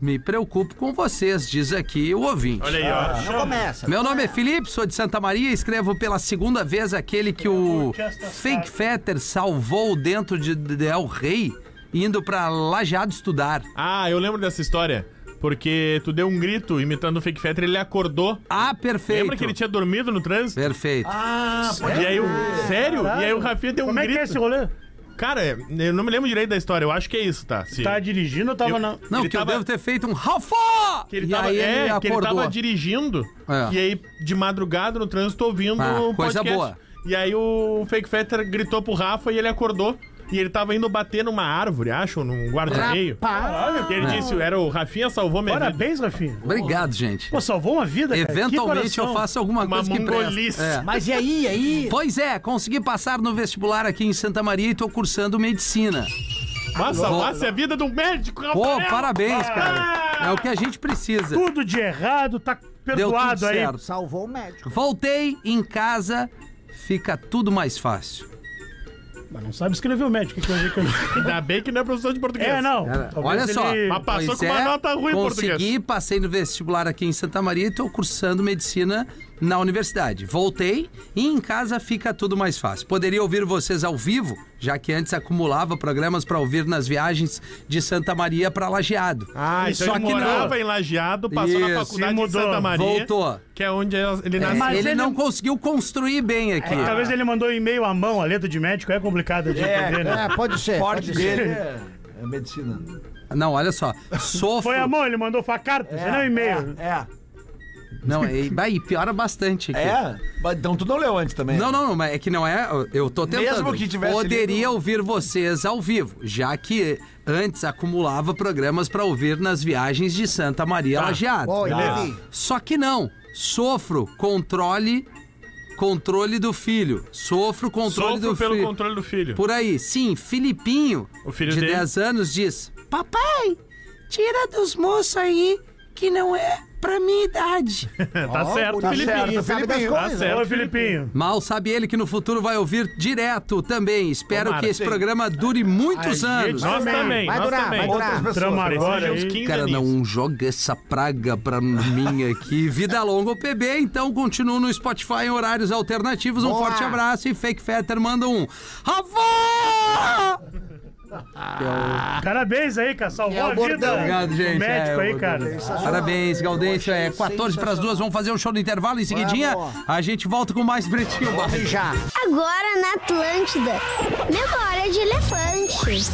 Speaker 1: Me preocupo com vocês, diz aqui o ouvinte.
Speaker 2: Olha aí, ó.
Speaker 5: Não começa.
Speaker 1: Meu nome é Felipe, sou de Santa Maria e escrevo pela segunda vez aquele que o Fake Fetter salvou dentro de Del Rey, indo pra Lajeado estudar.
Speaker 2: Ah, eu lembro dessa história. Porque tu deu um grito imitando o Fake Fetter, ele acordou.
Speaker 1: Ah, perfeito.
Speaker 2: Lembra que ele tinha Ah, dormido no trânsito?
Speaker 1: Perfeito.
Speaker 2: E aí, o... sério? E aí o Rafinha deu um
Speaker 6: Como é que
Speaker 2: grito.
Speaker 6: é esse rolê?
Speaker 2: Cara, eu não me lembro direito da história, eu acho que é isso, tá? Se-
Speaker 6: Tá dirigindo ou tava
Speaker 2: Eu-
Speaker 6: na...
Speaker 1: Não,
Speaker 2: ele
Speaker 1: que
Speaker 2: tava-
Speaker 1: eu devo ter feito um Ralfó!
Speaker 2: Que ele,
Speaker 1: e
Speaker 2: tava,
Speaker 1: aí
Speaker 2: é,
Speaker 1: ele
Speaker 2: que ele
Speaker 1: acordou.
Speaker 2: tava dirigindo
Speaker 1: É.
Speaker 2: e aí de madrugada no trânsito ouvindo
Speaker 1: Ah,
Speaker 2: o
Speaker 1: coisa
Speaker 2: podcast.
Speaker 1: boa.
Speaker 2: E aí o Fake Fetter gritou pro Rafa e ele acordou. E ele tava indo bater numa árvore, acho, num guarda-meio. E
Speaker 1: É.
Speaker 2: ele disse, era o Rafinha salvou minha vida.
Speaker 6: Ah, Parabéns, Rafinha.
Speaker 1: Obrigado, gente.
Speaker 6: Pô, salvou uma vida, cara. Que
Speaker 1: Eventualmente eu
Speaker 6: coração.
Speaker 1: faço alguma
Speaker 2: Uma
Speaker 1: coisa que
Speaker 2: mongolice.
Speaker 1: presta. É.
Speaker 5: Mas e aí, e aí?
Speaker 1: Pois é, consegui passar no vestibular aqui em Santa Maria e tô cursando medicina.
Speaker 2: Mas salvasse a vida de um médico,
Speaker 1: Pô,
Speaker 2: Rafael!
Speaker 1: parabéns, cara. É o que a gente precisa.
Speaker 6: Tudo de errado, tá
Speaker 1: Deu tudo
Speaker 6: perdoado aí.
Speaker 1: certo.
Speaker 5: Salvou o médico.
Speaker 1: Voltei em casa, fica tudo mais fácil.
Speaker 6: Mas não sabe escrever o médico que eu vi que eu...
Speaker 2: Ainda bem que não é professor de português.
Speaker 6: É, não.
Speaker 1: Cara,
Speaker 6: Talvez
Speaker 1: olha só. é,
Speaker 6: ele-
Speaker 2: Mas passou com uma nota ruim em
Speaker 1: consegui,
Speaker 2: português.
Speaker 1: passei no vestibular aqui em Santa Maria e tô cursando medicina na universidade. Voltei e em casa fica tudo mais fácil. Poderia ouvir vocês ao vivo, já que antes acumulava programas para ouvir nas viagens de Santa Maria para Lajeado.
Speaker 2: Ah, então
Speaker 1: Só
Speaker 2: ele
Speaker 1: que não.
Speaker 2: morava em Lajeado, passou
Speaker 1: Isso.
Speaker 2: na faculdade
Speaker 6: Se
Speaker 2: de
Speaker 6: mudou.
Speaker 2: Santa Maria.
Speaker 1: Voltou.
Speaker 2: Que é onde ele É,
Speaker 1: É,
Speaker 2: nasceu.
Speaker 6: mas
Speaker 1: ele,
Speaker 6: ele-
Speaker 1: não conseguiu construir bem aqui.
Speaker 6: Talvez ele mandou um e-mail à mão, a letra de médico é complicada de entender, né?
Speaker 5: É, pode ser.
Speaker 3: forte
Speaker 5: Pode ser.
Speaker 3: dele. É, é medicina.
Speaker 1: Não, olha só. Sofro.
Speaker 6: Foi à mão, ele mandou foi a carta, é, não e-mail.
Speaker 3: É.
Speaker 1: Não, e, bah, e piora bastante aqui.
Speaker 3: É? Mas Então tu não leu antes também.
Speaker 1: Não, não, não, mas é que não é. Eu tô tentando.
Speaker 3: Mesmo que tivesse
Speaker 1: Poderia ouvir vocês ao vivo, já que antes acumulava programas pra ouvir nas viagens de Santa Maria
Speaker 2: Tá.
Speaker 1: Lajeado.
Speaker 5: Ó, e
Speaker 2: Beleza.
Speaker 5: aí?
Speaker 1: Só que não. Sofro controle controle do filho. Sofro controle
Speaker 2: Sofro
Speaker 1: é do
Speaker 2: pelo
Speaker 1: filho.
Speaker 2: controle do filho.
Speaker 1: Por aí. Sim, Filipinho,
Speaker 2: O filho
Speaker 1: de
Speaker 2: dele.
Speaker 1: 10 anos, diz: Papai, tira dos moços aí que não é pra minha idade.
Speaker 2: tá certo,
Speaker 5: Tá
Speaker 2: Felipe.
Speaker 5: certo, sabe das
Speaker 3: Felipinho,
Speaker 2: Tá
Speaker 5: coisas.
Speaker 2: certo,
Speaker 6: Ô, Filipinho.
Speaker 1: Mal sabe ele que no futuro vai ouvir direto também. Espero
Speaker 2: Tomara,
Speaker 1: que esse
Speaker 2: sim.
Speaker 1: programa dure muitos anos.
Speaker 2: Nós
Speaker 5: Vai
Speaker 2: também,
Speaker 5: durar, né?
Speaker 2: nós
Speaker 5: vai
Speaker 2: também.
Speaker 5: durar.
Speaker 3: Outras pessoas.
Speaker 6: Trama agora
Speaker 2: Agora uns
Speaker 6: aí.
Speaker 2: 15
Speaker 1: Cara,
Speaker 2: aninhos.
Speaker 1: não joga essa praga pra mim aqui. Vida longa o PB, então continuo no Spotify em horários alternativos. Um
Speaker 5: Boa.
Speaker 1: forte abraço e Fake Fetter manda um. Avó!
Speaker 6: Parabéns aí, cara, salvou
Speaker 5: É o
Speaker 6: a
Speaker 5: bordão.
Speaker 6: vida.
Speaker 1: Obrigado, gente.
Speaker 6: O médico
Speaker 1: É,
Speaker 6: aí,
Speaker 1: eu-
Speaker 6: cara.
Speaker 1: Parabéns, Gaudêncio. É 14 pras duas. Vamos fazer um show no intervalo. Em seguidinha,
Speaker 5: Vamos.
Speaker 1: a gente volta com mais Pretinho Básico.
Speaker 5: Já.
Speaker 7: Agora na Atlântida. Memória de elefante.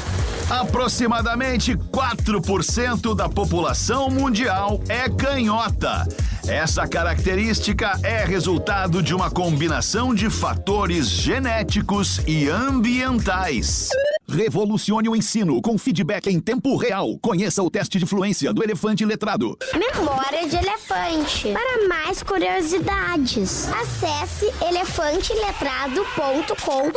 Speaker 8: Aproximadamente 4% da população mundial é canhota. Essa característica é resultado de uma combinação de fatores genéticos e ambientais. Revolucione o ensino com feedback em tempo real. Conheça o teste de fluência do elefante letrado.
Speaker 7: Memória de Elefante. Para mais curiosidades, acesse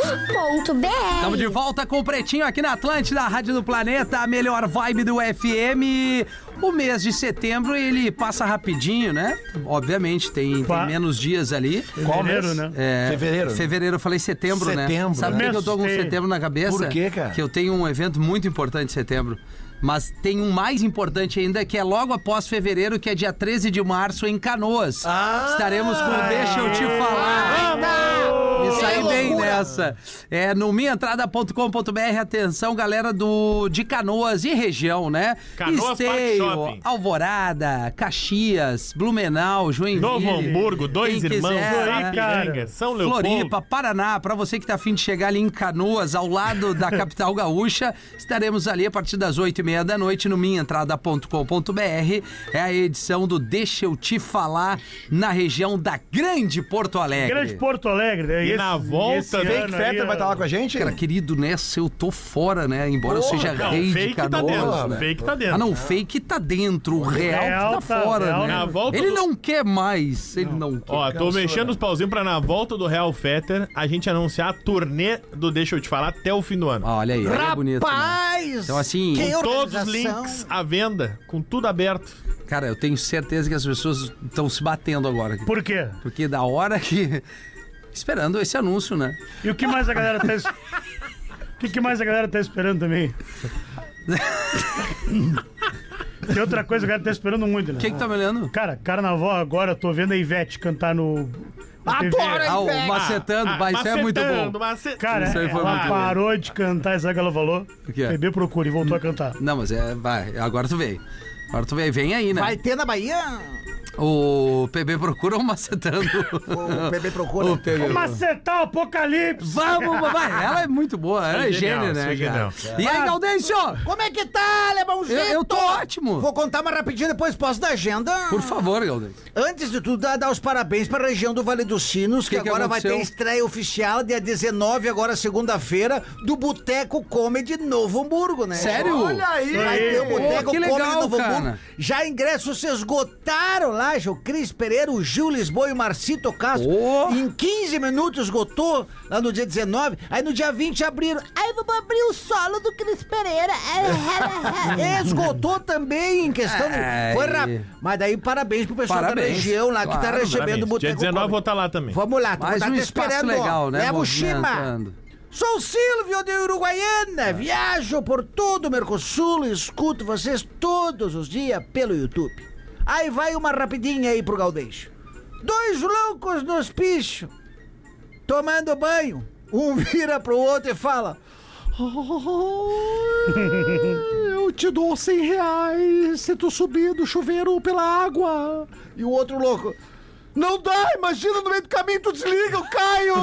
Speaker 1: Estamos de
Speaker 7: elefanteletrado.com.br.
Speaker 1: volta com o Pretinho aqui na Atlântida, a Rádio do Planeta, a melhor vibe do FM. O mês de setembro, ele passa rapidinho, né? Obviamente, tem, tem
Speaker 6: Pa-
Speaker 1: menos dias ali.
Speaker 3: Qual
Speaker 6: Fevereiro,
Speaker 3: mês?
Speaker 6: né?
Speaker 1: É,
Speaker 3: Fevereiro.
Speaker 1: Fevereiro, eu falei setembro, né?
Speaker 3: Setembro,
Speaker 1: Sabe
Speaker 3: né?
Speaker 1: por que eu tô com
Speaker 6: Me assustei.
Speaker 1: setembro na cabeça?
Speaker 3: Por quê, cara?
Speaker 1: Que eu tenho um evento muito importante em setembro. Mas tem um mais importante ainda, que é logo após fevereiro, que é dia 13 de março, em Canoas.
Speaker 3: Ah!
Speaker 1: Estaremos com o Deixa Eu Te Falar. Me saí bem nessa. É no minhaentrada.com.br, atenção, galera do de Canoas e região, né?
Speaker 2: Canoas Park
Speaker 1: Esteio,
Speaker 2: Shopping.
Speaker 1: Alvorada, Caxias, Blumenau, Joinville.
Speaker 2: Novo Hamburgo, dois
Speaker 1: quem
Speaker 2: irmãos,
Speaker 1: quiser, né?
Speaker 2: Ipiranga, São Leopoldo.
Speaker 1: Floripa, Paraná, pra você que tá afim de chegar ali em Canoas, ao lado da capital gaúcha, estaremos ali a partir das oito e meia da noite no minhaentrada.com.br. É a edição do Deixa Eu Te Falar na região da Grande Porto Alegre.
Speaker 6: Grande Porto Alegre. né?
Speaker 2: E na volta, Fake
Speaker 3: Fake Fetter vai estar lá com a gente?
Speaker 1: Cara, querido, nessa eu tô fora, né? Embora eu seja
Speaker 2: Não,
Speaker 1: rei de
Speaker 2: fake tá
Speaker 1: Canoas.
Speaker 2: dentro.
Speaker 1: né?
Speaker 2: Fake tá dentro.
Speaker 1: Ah, não, o fake tá dentro, o real,
Speaker 6: real
Speaker 1: tá,
Speaker 6: tá-
Speaker 1: fora,
Speaker 6: real
Speaker 1: né?
Speaker 2: na volta
Speaker 1: ele
Speaker 2: do-
Speaker 1: não quer mais, ele não, quer.
Speaker 2: Ó, tô mexendo os pauzinhos pra na volta do Real Fetter a gente anunciar a turnê do Deixa Eu Te Falar até o fim do ano.
Speaker 1: Ah, olha aí, olha bonito. né?
Speaker 5: Rapaz!
Speaker 1: Então, assim,
Speaker 5: que
Speaker 2: Todos os
Speaker 5: organização.
Speaker 2: links à venda, com tudo aberto.
Speaker 1: Cara, eu tenho certeza que as pessoas estão se batendo agora.
Speaker 6: Por quê?
Speaker 1: Porque da hora que. Esperando esse anúncio, né?
Speaker 6: E o que mais a galera tá... es- O que, que mais a galera tá esperando também? Tem outra coisa que a galera tá esperando muito, né?
Speaker 1: Quem que tá me olhando?
Speaker 6: Cara, carnaval agora, eu tô vendo a Ivete cantar no. na TV.
Speaker 1: Ah, o macetando, vai, isso é muito bom.
Speaker 2: Macetando,
Speaker 6: Cara,
Speaker 1: Isso aí foi
Speaker 6: ela
Speaker 1: muito bom.
Speaker 6: parou de cantar, sabe o que ela falou?
Speaker 1: quê?
Speaker 6: Bebê procura e voltou a cantar.
Speaker 1: Não, mas é. Vai, agora tu vem. Agora tu vem, vem aí, né?
Speaker 5: Vai ter na Bahia?
Speaker 1: O PB procura ou macetando?
Speaker 5: O PB procura.
Speaker 1: O PB.
Speaker 6: Macetar o apocalipse!
Speaker 1: Vamos, papai. Ela é muito boa, ela é
Speaker 2: genial,
Speaker 1: gênio, né,
Speaker 2: isso é
Speaker 1: cara? E aí, Gaudêncio?
Speaker 5: Como é que tá, alemãozinho?
Speaker 1: Eu- eu tô ótimo.
Speaker 5: Vou contar mais rapidinho, depois posso da agenda.
Speaker 1: Por favor, Gaudêncio.
Speaker 5: Antes de tudo, dá- dar os parabéns para a região do Vale dos Sinos, que,
Speaker 1: Que que
Speaker 5: agora vai ter
Speaker 1: aconteceu?
Speaker 5: estreia oficial, dia 19, agora segunda-feira, do Boteco Comedy Novo Hamburgo, né?
Speaker 1: Sério?
Speaker 3: Olha aí!
Speaker 5: Vai ter o Boteco
Speaker 1: Pô, que
Speaker 5: Comedy
Speaker 1: legal,
Speaker 5: Novo
Speaker 1: cara.
Speaker 5: Hamburgo. Já ingressos se esgotaram lá, já o Cris Pereira, o Gil Lisboa e o Marcito Castro.
Speaker 1: Ô!
Speaker 5: Em 15 minutos esgotou, lá no dia 19. Aí no dia 20 abriram. Aí vamos abrir o solo do Cris Pereira. É,
Speaker 1: Hum.
Speaker 5: Esgotou também em questão.
Speaker 1: Ai.
Speaker 5: De... Foi rápido. Mas daí parabéns pro pessoal da
Speaker 1: É, Parabéns,
Speaker 5: região lá que tá
Speaker 1: claro,
Speaker 5: recebendo o
Speaker 2: Parabéns. Dia
Speaker 5: Boteco
Speaker 2: 19
Speaker 5: Comedy.
Speaker 2: vou estar lá também.
Speaker 5: Vamos lá,
Speaker 1: Mais
Speaker 5: tá
Speaker 1: um
Speaker 5: te
Speaker 1: espaço
Speaker 5: esperando,
Speaker 1: legal,
Speaker 5: ó.
Speaker 1: né,
Speaker 5: Leva o Chima.
Speaker 1: movimentando. É.
Speaker 5: Sou Silvio de Uruguaiana, viajo por todo o Mercosul e escuto vocês todos os dias pelo YouTube. Aí vai uma rapidinha aí pro Galdeixo. Dois loucos nos pichos, tomando banho. Um vira pro outro e fala... Eu te dou 100 reais se tu subir do chuveiro pela água. E o outro louco. Não dá, imagina no meio do caminho tu desliga, eu caio.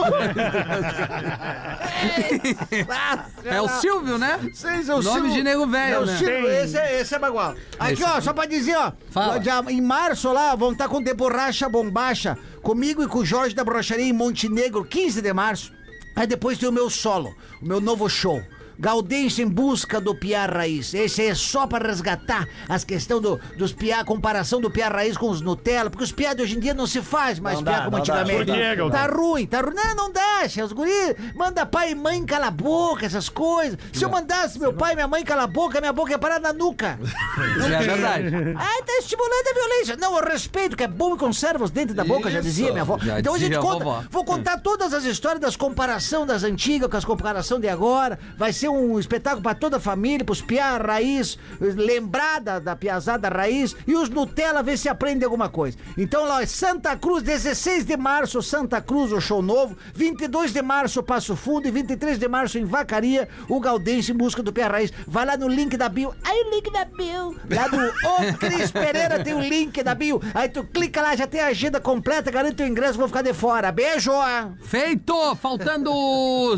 Speaker 1: É o Silvio, né?
Speaker 5: Vocês, é o
Speaker 1: Nome
Speaker 5: Silvio-
Speaker 1: de nego velho,
Speaker 5: É o
Speaker 1: né?
Speaker 5: Silvio,
Speaker 6: Tem.
Speaker 5: esse, é- esse é bagual. Aqui,
Speaker 1: Esse.
Speaker 5: ó, só pra dizer, ó.
Speaker 1: Fala.
Speaker 5: já em março lá, vão estar com de borracha bombacha. Comigo e com o Jorge da Brocharia em Montenegro, 15 de março. Aí depois tem o meu solo, o meu novo show. Gaudêncio em busca do piá raiz. Esse aí é só pra resgatar as questões do, dos piá, a comparação do piá raiz com os Nutella, porque os piá de hoje em dia não se faz mais
Speaker 3: Não
Speaker 5: piá
Speaker 3: dá,
Speaker 5: como
Speaker 3: não dá.
Speaker 5: antigamente.
Speaker 2: Por quê, Gaudêncio?
Speaker 5: tá ruim, tá ruim. Não, não dá, che, os guris. Manda pai e mãe cala a boca, essas coisas. Se eu mandasse meu pai e minha mãe cala a boca, minha boca ia parar na nuca.
Speaker 1: Isso é verdade.
Speaker 5: Ai, tá estimulando a violência. Não, eu respeito, que é bom e conserva os dentes da boca, já
Speaker 1: Isso.
Speaker 5: dizia minha avó.
Speaker 1: Já
Speaker 5: então a gente
Speaker 1: dizia a
Speaker 5: conta.
Speaker 1: vovó.
Speaker 5: Vou contar todas as histórias das comparação das antigas com as comparação de agora. Vai ser um espetáculo pra toda a família, pros piá raiz, lembrar da, da piazada raiz e os Nutella ver se aprende alguma coisa. Então lá, é Santa Cruz, 16 de março, Santa Cruz, o show novo. 22 de março, Passo Fundo. E 23 de março, em Vacaria, o Gaudense em busca do piá raiz. Vai lá no link da bio. Aí o link da bio. Lá do Ô Cris Pereira tem o link da bio. Aí tu clica lá, já tem a agenda completa, garante o ingresso, vou ficar de fora. Beijo!
Speaker 1: Feito! Faltando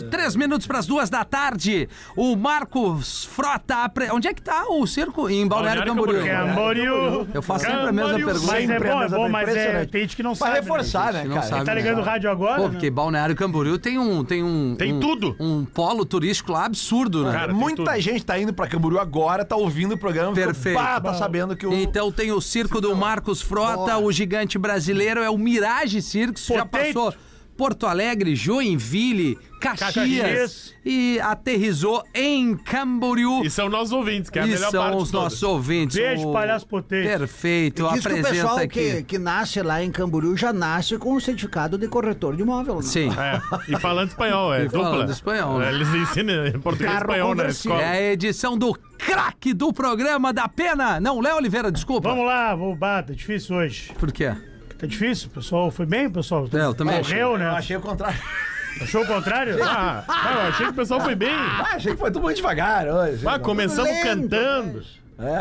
Speaker 1: três minutos para as duas da tarde. O Marcos Frota. apre- Onde é que tá o circo? Em Balneário
Speaker 2: Balneário
Speaker 1: Camboriú.
Speaker 6: Camboriú.
Speaker 1: Eu faço sempre a mesma
Speaker 2: Camboriú.
Speaker 1: pergunta.
Speaker 6: Mas é
Speaker 3: Sempre
Speaker 6: bom,
Speaker 3: a
Speaker 6: é
Speaker 3: mesma
Speaker 6: bom, mas é,
Speaker 3: impressionante.
Speaker 6: tem gente que não
Speaker 3: Pra
Speaker 6: sabe.
Speaker 3: reforçar,
Speaker 5: é
Speaker 3: né,
Speaker 1: Não
Speaker 3: cara?
Speaker 1: sabe,
Speaker 6: Tá
Speaker 1: né?
Speaker 6: ligando o rádio agora?
Speaker 1: Pô,
Speaker 6: né?
Speaker 1: porque Balneário Camboriú tem um. Tem, um,
Speaker 2: Tem
Speaker 1: um-
Speaker 2: tudo.
Speaker 1: Um polo turístico lá absurdo, né?
Speaker 2: Cara, tem
Speaker 3: Muita
Speaker 2: tudo.
Speaker 3: gente tá indo pra Camboriú agora, tá ouvindo o programa. ficou,
Speaker 1: Perfeito.
Speaker 3: Pá, tá sabendo que o.
Speaker 1: Então tem o circo do Marcos Frota, o gigante brasileiro é o Mirage Circus, já
Speaker 6: Potato.
Speaker 1: passou Porto Alegre, Joinville, Caxias,
Speaker 6: Caxias.
Speaker 1: e aterrizou em Camboriú.
Speaker 2: E são nossos ouvintes, que é a
Speaker 1: E
Speaker 2: melhor parte
Speaker 1: são
Speaker 2: de
Speaker 1: os
Speaker 2: todas.
Speaker 1: nossos ouvintes.
Speaker 6: Beijo, palhaço potente.
Speaker 1: Perfeito,
Speaker 5: Diz que o
Speaker 1: apresenta
Speaker 5: pessoal que,
Speaker 1: aqui.
Speaker 5: que nasce lá em Camboriú já nasce com o certificado de corretor de imóvel. né?
Speaker 1: Sim.
Speaker 2: É, e falando espanhol, é
Speaker 1: E
Speaker 2: dupla.
Speaker 1: falando espanhol, né?
Speaker 2: É, Eles ensinam em português e
Speaker 5: Carro
Speaker 2: espanhol na
Speaker 5: conversível.
Speaker 2: escola.
Speaker 1: É a edição do craque do programa da pena. Não, Léo Oliveira, desculpa.
Speaker 6: Vamos lá, vou bater. Tá difícil hoje.
Speaker 1: Por quê?
Speaker 6: Tá difícil, pessoal. Foi bem, pessoal?
Speaker 1: É, eu também
Speaker 6: Morreu,
Speaker 3: Eu
Speaker 6: né?
Speaker 3: achei o contrário.
Speaker 6: Achou o contrário?
Speaker 2: Ah, ah, eu achei que o pessoal foi bem.
Speaker 3: Ah, achei que foi tudo muito devagar hoje.
Speaker 2: Ah, começamos
Speaker 5: Lento,
Speaker 2: cantando.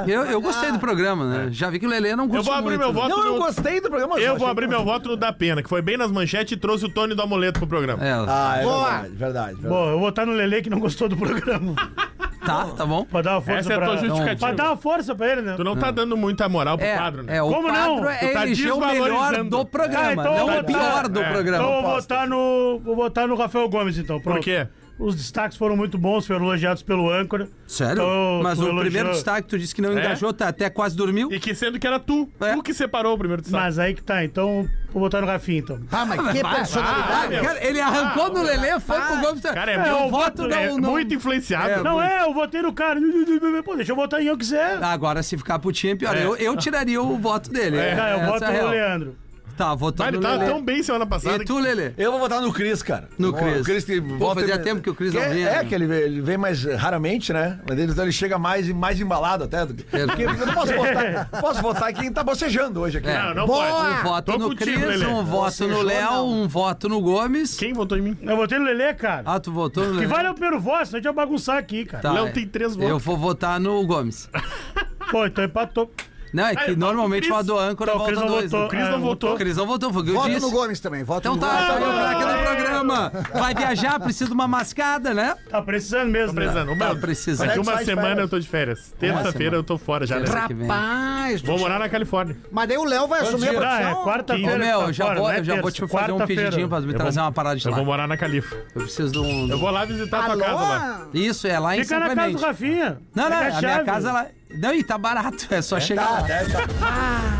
Speaker 1: Eu, eu gostei
Speaker 5: Ah.
Speaker 1: do programa, né? Já vi que o Lelê não curtiu
Speaker 2: É. Eu vou abrir
Speaker 1: muito,
Speaker 2: meu
Speaker 1: né?
Speaker 2: voto
Speaker 3: Não, eu
Speaker 2: no...
Speaker 3: gostei do programa.
Speaker 2: Eu
Speaker 3: achei
Speaker 2: vou abrir
Speaker 3: que-
Speaker 2: meu voto no Da Pena, que foi bem nas manchetes e trouxe o Tony do Amuleto pro programa.
Speaker 1: É,
Speaker 3: Ah, é verdade, verdade, verdade.
Speaker 6: Bom, eu vou votar no Lele que não gostou do programa.
Speaker 1: tá, tá bom.
Speaker 6: pra dar uma força
Speaker 2: Essa é a
Speaker 6: pra...
Speaker 2: tua justificativa.
Speaker 6: Pra dar uma força pra ele, né?
Speaker 2: Tu não tá dando muita moral pro
Speaker 1: É,
Speaker 2: quadro, né?
Speaker 1: é, o
Speaker 6: Como não?
Speaker 1: quadro é
Speaker 2: Tu tá
Speaker 1: eleger o melhor
Speaker 2: desvalorizando.
Speaker 1: do programa,
Speaker 6: Ah, então eu
Speaker 1: não
Speaker 6: vou
Speaker 1: o pior
Speaker 6: botar-
Speaker 1: do
Speaker 2: é,
Speaker 1: programa.
Speaker 6: Então eu vou votar no. Vou votar no Rafael Gomes, então. Pronto.
Speaker 2: Por quê?
Speaker 6: Os destaques foram muito bons, foram elogiados pelo âncora.
Speaker 1: Sério?
Speaker 6: Então,
Speaker 1: Mas
Speaker 6: tu
Speaker 1: o
Speaker 6: elogiou-
Speaker 1: primeiro destaque, tu disse que não engajou, tá, até quase dormiu.
Speaker 2: É? E que sendo que era tu,
Speaker 1: É.
Speaker 2: tu que separou o primeiro destaque.
Speaker 6: Mas aí que tá, então vou votar no Rafinha, então.
Speaker 5: Ah, mas que personalidade.
Speaker 2: Ah, meu. ah,
Speaker 1: Cara, ele arrancou no Lelê, foi pro Gomes.
Speaker 2: Cara, é,
Speaker 1: Eu
Speaker 2: muito,
Speaker 1: voto
Speaker 2: é
Speaker 1: não- não-
Speaker 2: muito influenciado.
Speaker 1: É,
Speaker 6: Não é, eu votei no cara. Pô, deixa eu votar em quem eu quiser.
Speaker 1: Ah, Agora, se ficar putinho, é pior.
Speaker 2: É.
Speaker 1: Eu, eu tiraria o voto dele. É.
Speaker 6: Tá, eu
Speaker 1: essa
Speaker 6: voto
Speaker 1: é a real.
Speaker 6: no Leandro.
Speaker 1: Tá, votou
Speaker 2: Mas
Speaker 1: no
Speaker 2: ele tava
Speaker 1: Lelê.
Speaker 2: tão bem semana passada.
Speaker 1: E tu,
Speaker 2: que-
Speaker 1: Lelê?
Speaker 3: Eu vou votar no Cris, cara.
Speaker 1: No
Speaker 3: Bom,
Speaker 1: Cris.
Speaker 3: O Cris que
Speaker 1: Pô,
Speaker 3: volta-
Speaker 1: fazia tempo que o Cris
Speaker 3: é,
Speaker 1: não vinha,
Speaker 3: É,
Speaker 1: né?
Speaker 3: que ele, vem- ele vem mais eh, raramente, né? Mas ele, então ele chega mais, e mais embalado até. do que- Porque eu não posso votar, posso votar quem tá bocejando hoje aqui.
Speaker 1: É.
Speaker 2: Não, não
Speaker 1: Um
Speaker 2: pode.
Speaker 1: voto
Speaker 2: Tô
Speaker 1: no
Speaker 2: contigo,
Speaker 1: Cris,
Speaker 2: Lelê.
Speaker 1: um voto no Léo, um voto no Gomes.
Speaker 2: Quem votou em mim?
Speaker 6: Eu votei no Lelê, cara.
Speaker 1: Ah, tu votou no
Speaker 6: que
Speaker 1: Lelê?
Speaker 6: vale o primeiro voto, senão a gente vai bagunçar aqui, cara.
Speaker 1: Tá,
Speaker 2: Léo tem três votos.
Speaker 1: Eu vou votar no Gomes. Tá.
Speaker 6: Pô, então empatou.
Speaker 1: Não, é
Speaker 2: Ah,
Speaker 1: que
Speaker 2: eu voto no
Speaker 1: normalmente
Speaker 2: Cris.
Speaker 1: o do âncora
Speaker 6: Tá, o
Speaker 1: volta
Speaker 6: Cris não
Speaker 1: dois.
Speaker 6: votou.
Speaker 1: né?
Speaker 2: Cris
Speaker 6: Ah,
Speaker 2: não votou.
Speaker 1: O Cris não votou, foi o que eu
Speaker 5: Voto
Speaker 1: disse.
Speaker 5: no Gomes também. Voto
Speaker 1: Então
Speaker 5: no
Speaker 1: tá,
Speaker 5: Gomes.
Speaker 1: tá aí o
Speaker 2: Vamos!
Speaker 1: craque do programa. Vai viajar, precisa de uma mascada, né?
Speaker 6: Tá precisando mesmo, né?
Speaker 2: Precisando.
Speaker 1: Tá
Speaker 2: Meu,
Speaker 1: precisando.
Speaker 2: Daqui
Speaker 3: Sai
Speaker 2: uma
Speaker 3: de
Speaker 2: semana
Speaker 3: férias.
Speaker 2: eu tô de férias.
Speaker 1: semana.
Speaker 2: Terça-feira eu tô fora já. né?
Speaker 1: Terça. que vem.
Speaker 5: Rapaz,
Speaker 2: Vou morar na Califórnia.
Speaker 5: mas daí o Léo vai assumir a
Speaker 1: dia?
Speaker 6: Ah, é
Speaker 5: produção.
Speaker 1: Ô,
Speaker 6: quarta-feira.
Speaker 1: meu,
Speaker 6: tá
Speaker 1: eu já
Speaker 6: fora,
Speaker 1: vou,
Speaker 6: não é
Speaker 1: eu já vou te
Speaker 6: terça,
Speaker 1: fazer um
Speaker 6: quarta-feira.
Speaker 1: pedidinho pra me
Speaker 2: Eu
Speaker 1: trazer
Speaker 2: vou-
Speaker 1: uma parada de
Speaker 2: Eu
Speaker 1: lá.
Speaker 2: vou morar na Califa.
Speaker 1: Eu preciso de um...
Speaker 2: Eu vou lá visitar a tua casa lá.
Speaker 5: Alô?
Speaker 1: Isso, é lá em
Speaker 6: Fica
Speaker 1: São
Speaker 6: na casa do
Speaker 1: Clemente.
Speaker 6: Rafinha.
Speaker 1: Não, é não,
Speaker 6: Pega
Speaker 1: a minha
Speaker 6: chave.
Speaker 1: casa lá... Não, e tá barato, é só chegar lá.